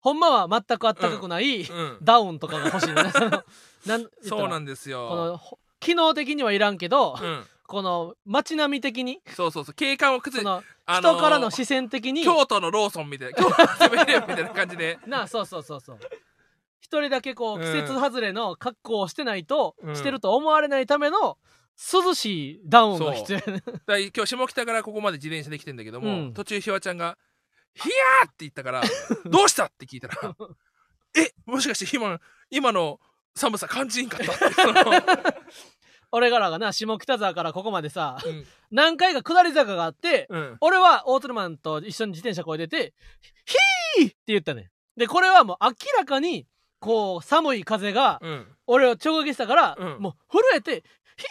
ほんまは全くあったかくない、
うん。
ダウンとかが欲しいな。そ のなん
そうなんんです
こ
よ。
のほ機能的にはいらんけど、
うん。
この街並み的に、
そうそうそう。景観を崩
そ
す。
の
あのー
人からの視線的に、
京都のローソンみたいな。 京都のセブンイレブンみたいな感じで。
なあそうそうそうそう。一人だけこう
うん
季節外れの格好をしてないと、
うん
してると思われないための涼しいダウンが必要やね。
だから今日下北からここまで自転車で来てんだけども、
うん
途中ひわちゃんが「ひやー!」って言った から「どうした?」って聞いたら「えもしかして今今の寒さ感じんかった?」 ってその
俺からがな下北沢からここまでさ
うん
何回か下り坂があって、
うん
俺はオートルマンと一緒に自転車こいでて、ヒーって言ったね。で、これはもう明らかに、こう、寒い風が
うん
俺を直撃したから、
うん
もう震えて、ヒ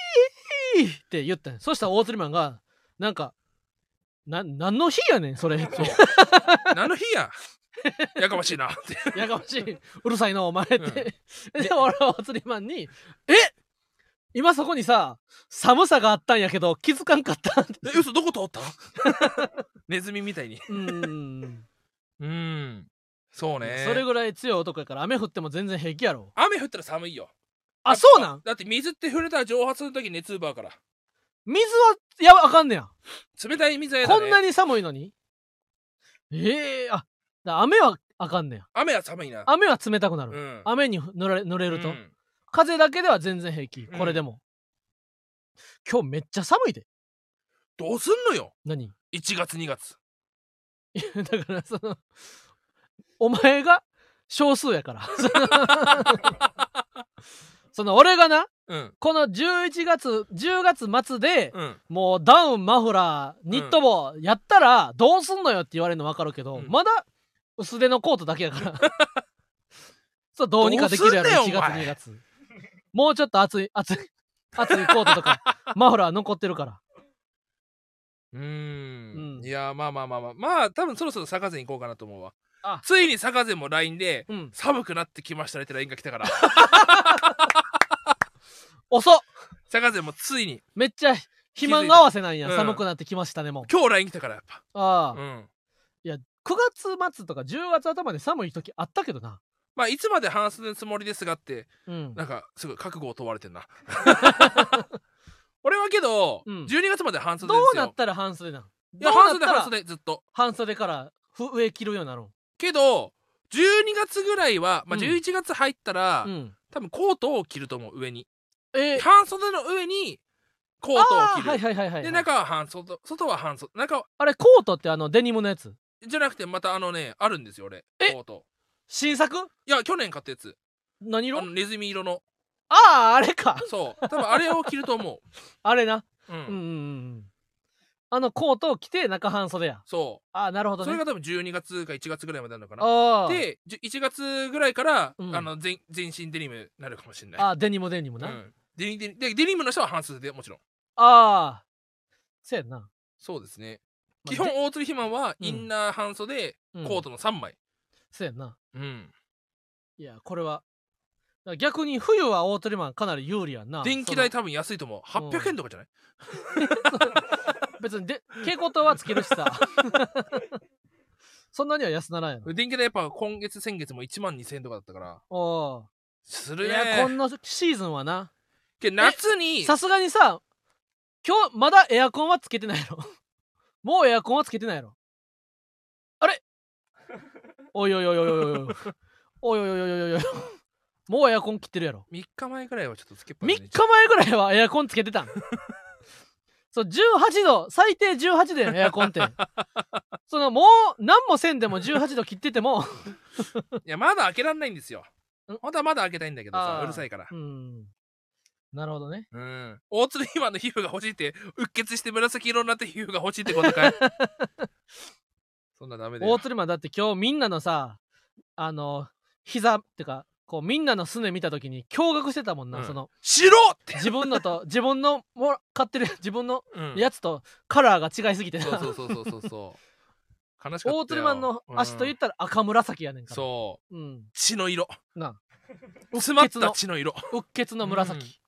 ーヒーって言ったね。そしたらオートルマンが、なんか、な、何の日やねん、それ。
何の日ややかま しいなって
やかましい。うるさいの、お前って。
う ん
で、俺はオートルマンに、え今そこにさ、寒さがあったんやけど、気づかんかったって。
え嘘どこ通 ったネズミみたいに
うー ん。
うんそうね
それぐらい強い男やから、雨降っても全然平気やろ。
雨降ったら寒いよ
あ、そうなん
だって水って触れたら蒸発の時熱奪うから
水はやばあかんねや、
冷たい水は嫌だ、
こ
ね、
んなに寒いのにええあだ雨はあかんねや
雨は寒いな
雨は冷たくなる、
うん
雨に濡れ濡れると、
うん
風だけでは全然平気
うん
これでも、今日めっちゃ寒いで
どうすんのよ
何
1月2月
だからそのお前が少数やからそのその俺がな
うん
この11月10月末で、
うん
もうダウンマフラーニット帽やったらどうすんのよって言われるの分かるけど、
うん
まだ薄手のコートだけやから そうどうにかできるやろ
どう
1
すんねん
月
お前
2月もうちょっと暑い暑い 暑いコートと かマフラー残ってるから
うーん
うん
いやまあまあまあまあまあ多分そろそろ坂前行こうかなと思うわ
あ
ついに坂前も LINE で
うん
寒くなってきましたねって LINE が来たから
遅っ
坂前もついに
めっちゃ肥満が合わせなんや、
気づいたうん
寒くなってきましたねもう
今日 LINE 来たからやっぱ
ああ、
うん
いや9月末とか10月頭で寒い時あったけどな
まあいつまで半袖のつもりですがって
うん
なんかすごい覚悟を問われてんな 俺はけど、
うん
12月まで半袖
ど
で
う
す
な
よ
ったら半袖なん
い
ど
や
う
半
なっ
袖
た
半
ら
袖ずっと
半袖からふ上着るようになるん
けど12月ぐらいは、まあ、
うん
11月入ったら、
うん
多分コートを着ると思う上に
えー
半袖の上にコートを着る、
あーはいはいはいはい、
で中は半袖外は半袖中は
あれコートってあのデニムのやつ
じゃなくてまたあのねあるんですよ俺
え
コート
新作
いや去年買ったやつ
何色
あ
あ
のネズミ色の
あーあれか
そう多分あれを着ると思
あれな
う、うん
うんうんうんあのコートを着て中半袖や
そ
ああなるほ
う
ど
それ
ね
が多分12月か1月ぐらいまであるのかな
あー
でじゅ1月ぐらいから、
うん
あの全全身デニムになるかもしれない
あーデニムデニム
う
な、あ
ん、デニデニでデニムの人は半袖でもちろん
あーせやんな、ま
そうですね
あ
基本
で
大鶴ひまは
うん
インナー半袖、
うん
コートの3枚
せやんな
うん、
いやこれはだから逆に冬は大鳥マンかなり有利やんな
電気代多分安いと思う800円とかじゃない
その別にで蛍光灯はつけるし さそんなには安ならんやな
電気代やっぱ今月先月も1万2000円とかだったから
お
す
ー
る
い
ね
やこんなシーズンはな
け夏に
さすがにさ今日まだエアコンはつけてないやろ もうエアコンはつけてないやろあ れおいおいおいおいおいおいおいおいおいおいおいおいもうエアコン切ってるやろ
3日前ぐらいはちょっとつけっぱ
3
なし
日前ぐらいはエアコンつけて たんそう18度最低18度やんエアコンってそのもう何もせんでも18度切ってても
いや、まだ開けられないんですよ
ん。
本当はまだ開けたいんだけど
あ
さ
ー、
うるさいから
う。ん。なるほどね。
うん。大鶴ひまの皮膚が欲しいって、うっ血して紫色になって皮膚が欲しいってこ とかい。そんなダメだ
大
よ。
鶴マンだって今日みんなのさ、あの、膝ってか、こうみんなのすね見たときに驚愕してたもんな、
うん
その
白って、
自分の と自分のもら買ってる自分の
うん
やつとカラーが違いすぎてな
そうそうそうそうそうそう。悲しかったよ。
大鶴マンの足と
う
言っ
ん
たら赤紫やねんから、
そう。
う、ん、
血の色
な
詰まっ
うっ血の
た血の色
うっ血の紫、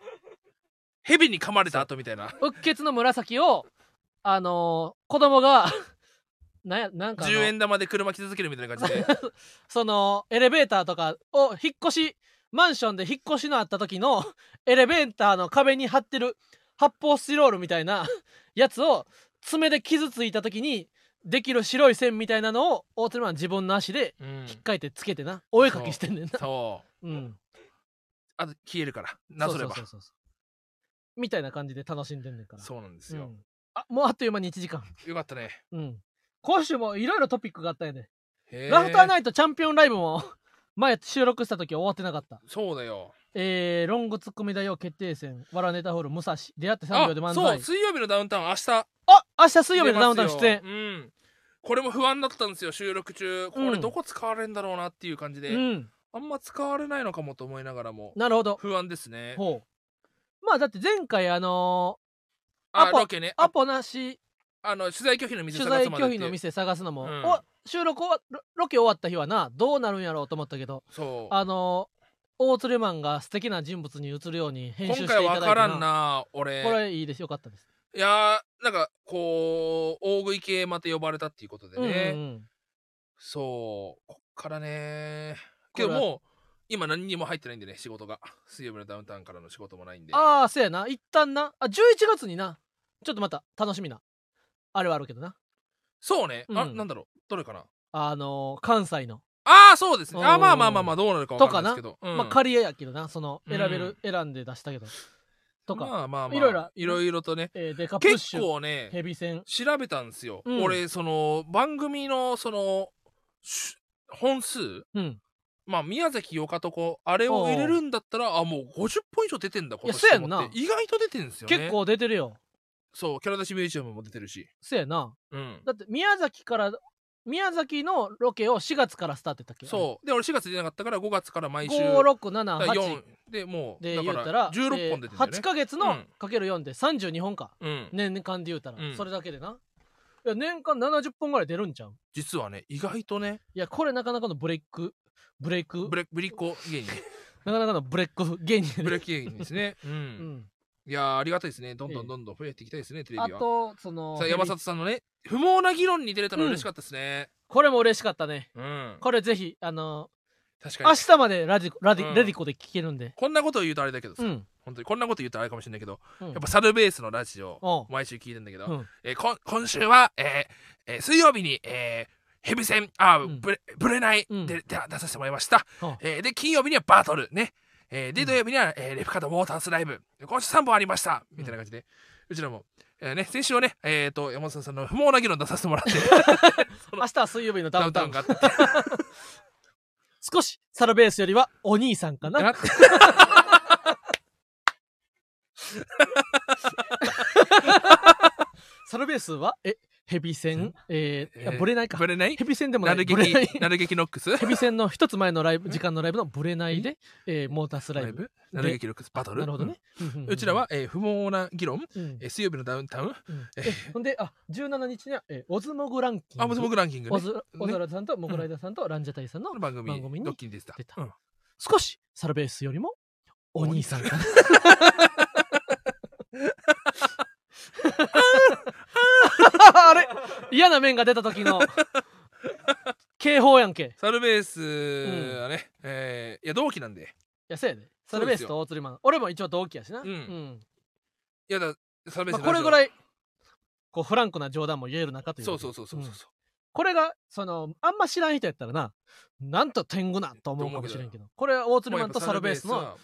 蛇に噛まれた後みたいな
うっ血の紫をあのー子供が なんやなんかあの
10円玉で車着続けるみたい な感じで
そのエレベーターとかを引っ越しマンションで引っ越しのあった時の エレベーターの壁に貼ってる 発泡スチロールみたいな やつを爪で傷ついた時にできる白い線みたいなのを大鶴マン自分の足で
うん
引っかいてつけてなお絵かきしてんねんな
そう
うん
あと消えるからなぞれば
そうそうそうそうみたいな感じで楽しんでんねんから
そうなんです
う
よ
んあもうあっという間に1時間
よかったね
うん今週もいろいろトピックがあったよねラ
ラ
フターナイトチャンピオンライブも 前収録した時は終わってなかった
そうだよ
えー、ロングツッコミだよ決定戦、わらネタホール、武蔵、出会って3
あ
秒で漫
そう
才。
水曜日のダウンタウン明日
あ明日水曜日のダウンタウン出演
出。ますようんこれも不安だったんですよ収録中こ
う
れ
ん
どこ使われるんだろうなっていう感じで、
うん、
あんま使われないのかもと思いながらも
なるほど。
不安ですね
ほう。まあだって前回、あのア
あ
ポ
ロケね
ーアポなし、
あの取材拒否の店
取
探
材
すまでっ
拒
てい
否
う
の店探すのも、
うん
お収録終わロ、ロケ終わった日はな、どうなるんやろうと思ったけど、
そう
あのー、大鶴マンが素敵な人物に映るように編集して
今
いただ
回
いて
わからんな俺
これいいですよかったです。
いやーなんかこう大食い系また呼ばれたっていうことで
うん
ね、
うんうん、
そうこっからね
こ
け
れ
ど
は
もう今何にも入ってないんでね仕事が水曜日のダウンタウンからの仕事もないんで
ああ、せやな。一旦な。あ、11月にな。ちょっとまた楽しみな。あれはあるけどな。
そうね、あ
うん
なんだろうどれかな
あのー関西の、
ああそうですね
お
あ
ー
ーまあまあまあまあどうなるかわかんないですけどうん
まあ仮やけどなその選べる、選んで出したけどとか、
まあまあまあ
いろいろ
いろいろとね
えーデカプッシ
結
ュ
構ね
ヘビ戦
調べたんですよ、
うん
俺その番組のそのし本数
うん
まあ宮崎よかとこあれを入れるんだったらあもう50本以上出てんだ今年
いやそうやん
と思って意外と出てんですよね
結構出てるよ
そうキャラ出しミュージアムも出てるし
せやな
うん
だって宮崎から宮崎のロケを4月からスタートやったっけ
そうで俺4月出なかったから5月から毎週だから
5678
4でもう
で言
だ
う
か
た
ら
ら
16本出てるんだよ
8
ね、
ヶ月
う
の
ん
かける4で32本か、
うん、
年間で言うたら、
うん
それだけでないや年間70本ぐらい出るんちゃう
実はね意外とね
いやこれなかなかのブレイクブレイク
ブレブリッコ芸人
なかなかのブレイク芸人やね
ブレッキ芸人ですね、うん
うん
いやーありがたいですねどんどんどんどん増えていきたいですねテレビは
あとその
さあ山里さんのね不毛な議論に出れたの嬉しかったですね
これも嬉しかったね
うん、
これぜひあの
確か
明
に
日までラジコラディ、
うん
レディコで聞けるんで
こんなことを言うとあれだけどさ、
うん
本当にこんなこと言うとあれかもしれないけど、
うん
やっぱサルベースのラジオ
おう
毎週聞いてんだけど、
うん
えーこん今週は、えーえー水曜日に、えーヘビ戦あー、
うん
ぶれぶれないで、
うん
で出させてもらいました、
あ
えーで金曜日にはバトルね、えー
う
で
ん
土曜日には、えーレプカドウォータースライブ今週3本ありましたみたいな感じで、うちらも、えーね、先週はね、えー、と山本さんの不毛な議論出させてもらって
明日は水曜日のダ
ダ
ウ
ウ
ン
ン
タ
タ
ウン
ウンがあって
少しサルベースよりはお兄さん かな
な
サルベースはえヘビ戦えーいや
えー
ブレないか
ぶれない
ヘビ戦でもな
なる
いブレない
劇なる劇ノックス
ヘビ戦の一つ前のライブ時間のライブのブレないで、えーモータースライブ
なる劇ノックスバトル
なるほどね、んんん
うちらは、えー不毛な議論、
うん
えー水曜日のダウンタウン、
うんえほんであ17日には、えーオズモグランキング
あもずもぐランキング、ね、
オズオズラさんとモグライダーさんとランジャタイさんの
の番組
番組に
ドッキリでした
出た
うん
少しサルベースよりもお兄さんかな あれ嫌な面が出た時の警報やんけい
サルベースはね、えーいや同期なんで
やせやでサルベースと大鶴マン俺も一応同期やしな、
うんいやだサルベー
ま
ス
あ、これぐら
い
いこうフランクな冗談も言える中という
そう
こと
そう
で
そうそうそう、
んこれがそのあんま知らん人やったらななんと天狗なと思うかもしれんけどこれは大
う
鶴マンとサルベースの
は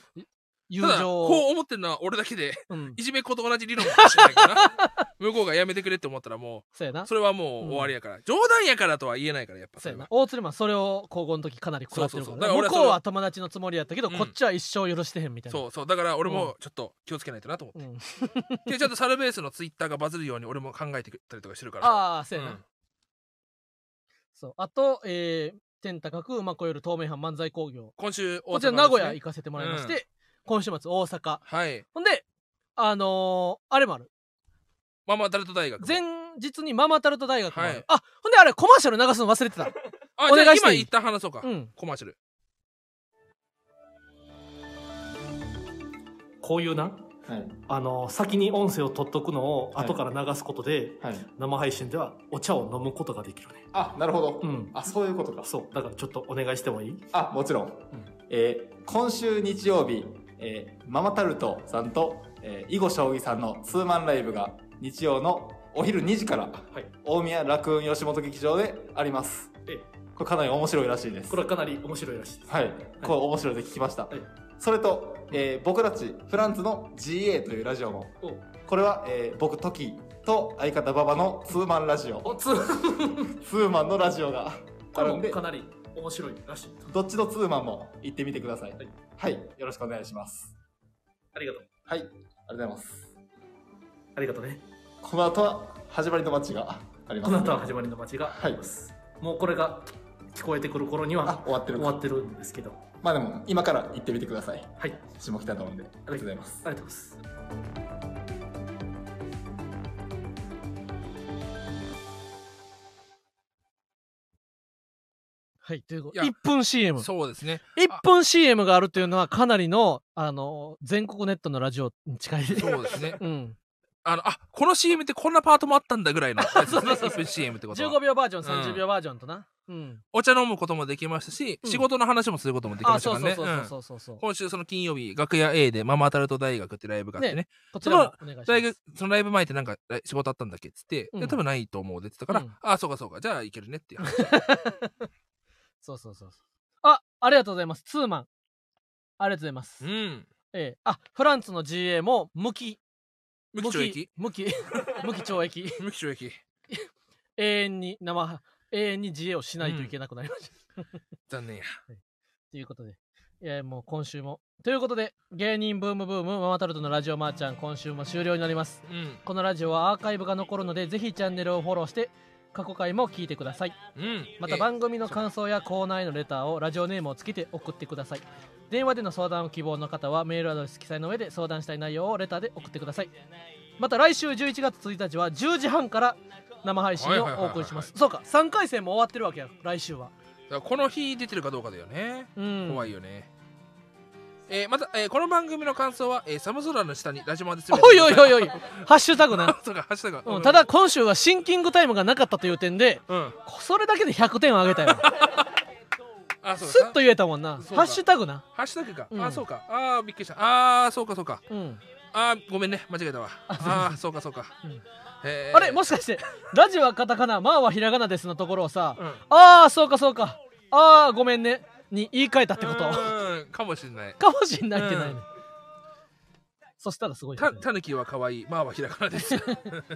友
ただ、
情
こう思ってるのは俺だけで、
うん
いじめっ子と同じ理論かもしれないか らな。向こうがやめてくれって思ったらも
そうやな
う、それはもう終わりやから。冗談やからとは言えないから、やっぱそ
そう
れ
やな
は。
大鶴マンそれを高校の時かなり食らってるから,、
そうそうそうだから俺
向
はそ
こ
れ
うは友達のつもりやったけど、
うん
こっちは一生許してへんみたいな
そうそう。だから俺もちょっと気をつけないとなと思っ
う、 ん、
て。で、ちゃんとサルベースのツイッターがバズるように俺も考えてたりとかしてるから。
ああそうやな、
うん
そうあと、えー、天高く馬こよる透明版漫才工業
今週、
こちら名古屋行かせてもらいまして、今週末大阪
はい。
ほんであのーあれもある
ママタルト大学も。
前日にママタルト大学もある、
はい
あほんであれコマーシャル流すの忘れ てた
あ、
お
じゃ
願
あ
いして
今
いい
一旦話そうか
う。ん
コマーシャル。
こういうな
はい
あの先に音声を取っとくのを後から流すことで、
はい
生配信ではお茶を飲むことができるね
あなるほど、
うん
あそういうことか
そうだからちょっとお願いしてもいい
あもちろん、えー今週日曜日、えーママタルトさんと、えー囲碁将棋さんのツーマンライブが日曜のお昼2時から
はい
大宮楽雲吉本劇場であります
え
これかなり面白いらしいです
これはかなり面白いらしいです
はい、これ面白いで聞きました、
はい
それと、えー僕たちフランスの GA というラジオも
お
これは、えー僕トキと相方馬場のツーマンラジオ
おつ
ツーマンのラジオがあ
これ
るん
も
で
かなり面白いらしい
どっちのツーマンも行ってみてください。はいい、よろしくお願いします。
ありがとう
はい、ありがとうございます。
ありがとうね
この後は始まりの街があります、
この後は始まりの街が
はい
あります、もうこれが聞こえてくる頃に
あ
は
終わってる
終
か
わってるんですけどはい
まあでも今から行ってみてください。
ありが
下北なのでありがとうございます。
とうございます
はいというこ
い
と
や
1分 CM1
そうですね。
分 CM があるというのはかなりのあの全国ネットのラジオに近い
そうですね。
うん、
あの、あ、この CM ってこんなパートもあったんだぐ らいのやつですね。1分 CM ってことは
15秒バージョン
うん
30秒バージョンとな、うん
お茶飲むこともできましたし、
うん
仕事の話もすることもでき
あ
ました
そ
か
う
ら
そう
ね。
そう
うん
そうそうそう、
今週その金曜日、楽屋 A でママタルト大学ってライブがあってね、
こちらもお願いします
大学、そのライブ前ってなんかえ仕事あったんだっけっつって、
うん
いや多分ないと思うでって言ったから、
うん
ああ、そうかそうか、じゃあいけるねっていう話。
そうそうそうそうあありがとうございますツーマンありがとうございます
うん。
ええあフランスの GA も無期
無期懲役
無期無期懲役
無期懲役。
永遠に生永遠に GA をしないといけなくなりました、
残念や。
ということでいやもう今週もということで芸人ブームブームママタルトのラジオマーちゃん今週も終了になります
うん。
このラジオはアーカイブが残るのでぜひチャンネルをフォローして過去回も聞いてください
うん。
また
え
番組の感想やコーナーへのレターをラジオネームをつけて送ってください電話での相談を希望の方はメールアドレス記載の上で相談したい内容をレターで送ってくださいまた来週11月1日は10時半から生配信をお送りしますそうか3回戦も終わってるわけや来週は
えだからこの日出てるかどうかだよね。
うん
怖いよね。えーまた、えーこの番組の感想は、えー寒空の下にラジマでつぶや
おいおいおいお
い
いハッシュタグ
てくだ
な
さい。あ そうか、ハッシュタグ
うんただ、今週はシンキングタイムがなかったという点で
うん。
それだけで100点をあげたよ
あ、 そう
スッ
か
と。言えたもんな
そうだ
ハッシュタグな
ハッシュタグか。
うん
あ、そうか。あー、びっくりした。あー、そうか、そうか。
うん
あー、ごめんね。間違えたわ。あー、そうか、そうか
うん。
えー
あれもしかしてラジはカタカナマーはひらがなですのところをさ
うん。
ああそうかそうかああごめんねに言い換えたってこと
うーんかもしれない。
かもしんないってないね
うん
そしたらすごいね
た、たぬきは可愛い。まあはひらが なです。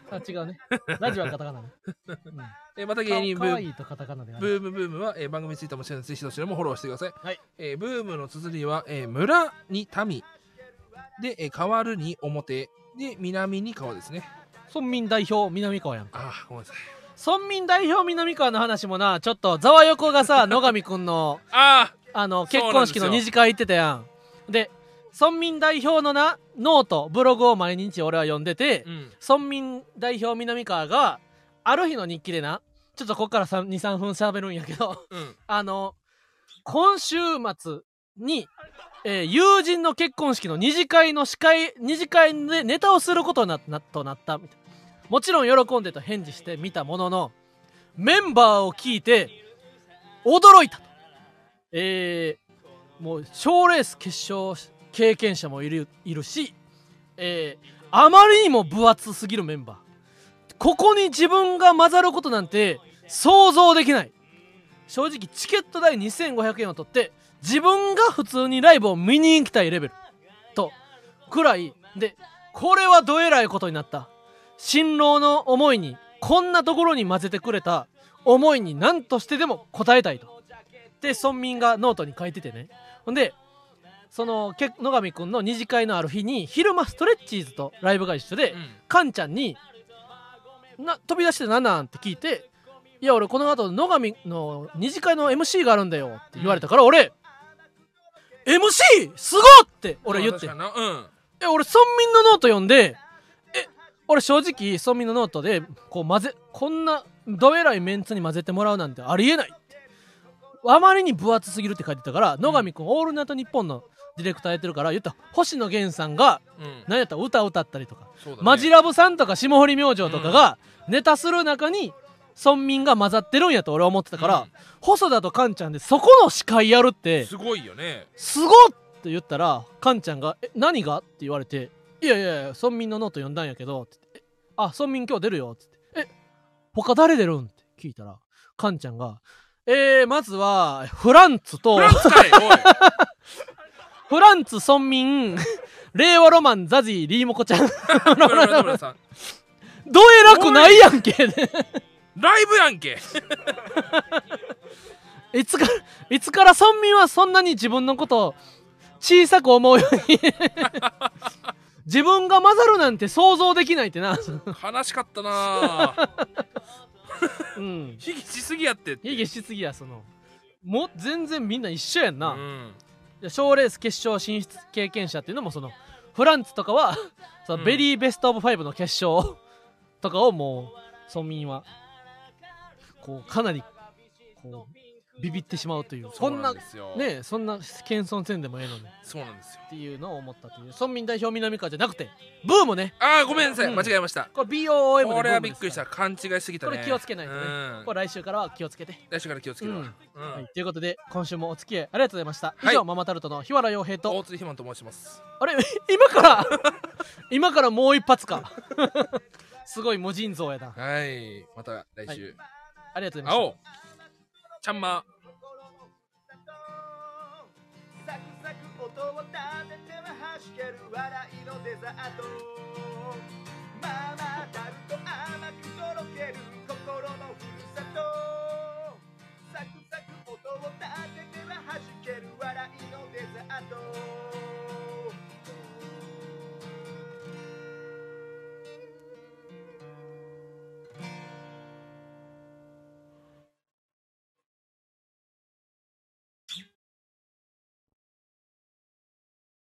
あ違うねラジはカタカ ナね、うん
えーまた芸人
か
ブ
かわ
ー
い
ム。
いとカタカナである
ブームブームは、えー番組ツイッターもしてるのでぜひそちらもフォローしてください。
はい
えーブームの綴りは、えー村に民で、えー変わるに表で南に川ですね。
村民代表南川やん
あー、ごめんなさい。
村民代表南川の話もなちょっとざわよこが さ野上くんの
あ
あの
そう
結
なん
婚
です
式
よ
の二次会行ってたやんで村民代表のなノートブログを毎日俺は読んでて、
ー、うん。
村民代表南川がある日の日記でなちょっとここから23分しゃべるんやけど
うん。
あの今週末に、えー友人の結婚式の二次会の司会二次会でネタをすることにななとなったみたいもちろん喜んでと返事してみたもののメンバーを聞いて驚いたとえーもう賞レース決勝経験者もいるいるし、えーあまりにも分厚すぎるメンバーここに自分が混ざることなんて想像できない正直チケット代2500円を取って自分が普通にライブを見に行きたいレベルとくらいでこれはどえらいことになった新郎の思いにこんなところに混ぜてくれた思いに何としてでも応えたいとで村民がノートに書いててねほんでそのけ野上くんの二次会のある日に昼間ストレッチーズとライブが一緒で、カンちゃんにな「飛び出して何なん?」って聞いて「いや俺この後野上の二次会の MC があるんだよ」って言われたから俺「MC! すごっ!」って俺言って
まあ確かになうん
え俺村民のノート読んでえ俺正直村民のノートでこう混ぜこんなどえらいメンツに混ぜてもらうなんてありえないってあまりに分厚すぎるって書いてたから、野上くんオールナイトニッポンのディレクターやってるから言ったら星野源さんが
うん
何やったら歌歌ったりとか、
そうだね
マジラブさんとか霜降り明星とかがネタする中に村民が混ざってるんやと俺は思ってたから、
うん
細田とカンちゃんでそこの司会やるって
すごいよね
すごっって言ったらカンちゃんが「え何が?」って言われて「いやいやいや村民のノート読んだんやけど」って言ってえあ村民今日出るよ」って言って「え他誰出るん?」って聞いたらカンちゃんが「えー、まずはフランツと
フランスかいおい
フランツ村民 令和ロマンザジーリーモコちゃんど
村村村さん
えらくないやんけ
ライブやんけ
いつからいつから村民はそんなに自分のことを小さく思うように 自分が混ざるなんて想像できないってな
悲しかったな ぁ
うん
悲劇しすぎやって
いいしすぎやそのもう全然みんな一緒やんな
う、ん
で賞レース決勝進出経験者っていうのもそのフランツとかはその
うん
ベリーベストオブファイブの決勝とかをもう村民はこうかなりこうビビってしまうという
そう
こん
な
なん
ですよ
ねえそんな謙遜せんでもええのにっ
そうなんですよ
ていうのを思ったという村民代表南川じゃなくてブームね
ああごめんなさい
うん
間違えました
これ BOM のブームですから
これはびっくりした勘違いしすぎたね
これ気をつけないとね
うん
これ来週からは気をつけて
来週から気をつけるわ
うん
うん
はい、ということで今週もお付き合いありがとうございました、
はい
以上ママタルトの日原洋平と
大津ひまんと申します
あれ 今から今からもう一発か すごい無尽蔵やな
はいまた来週
ありがとうござい
会
ま
おうちゃんま
サクサク音を立てては弾ける笑いのデザートママタルト甘くとろける心のふるさと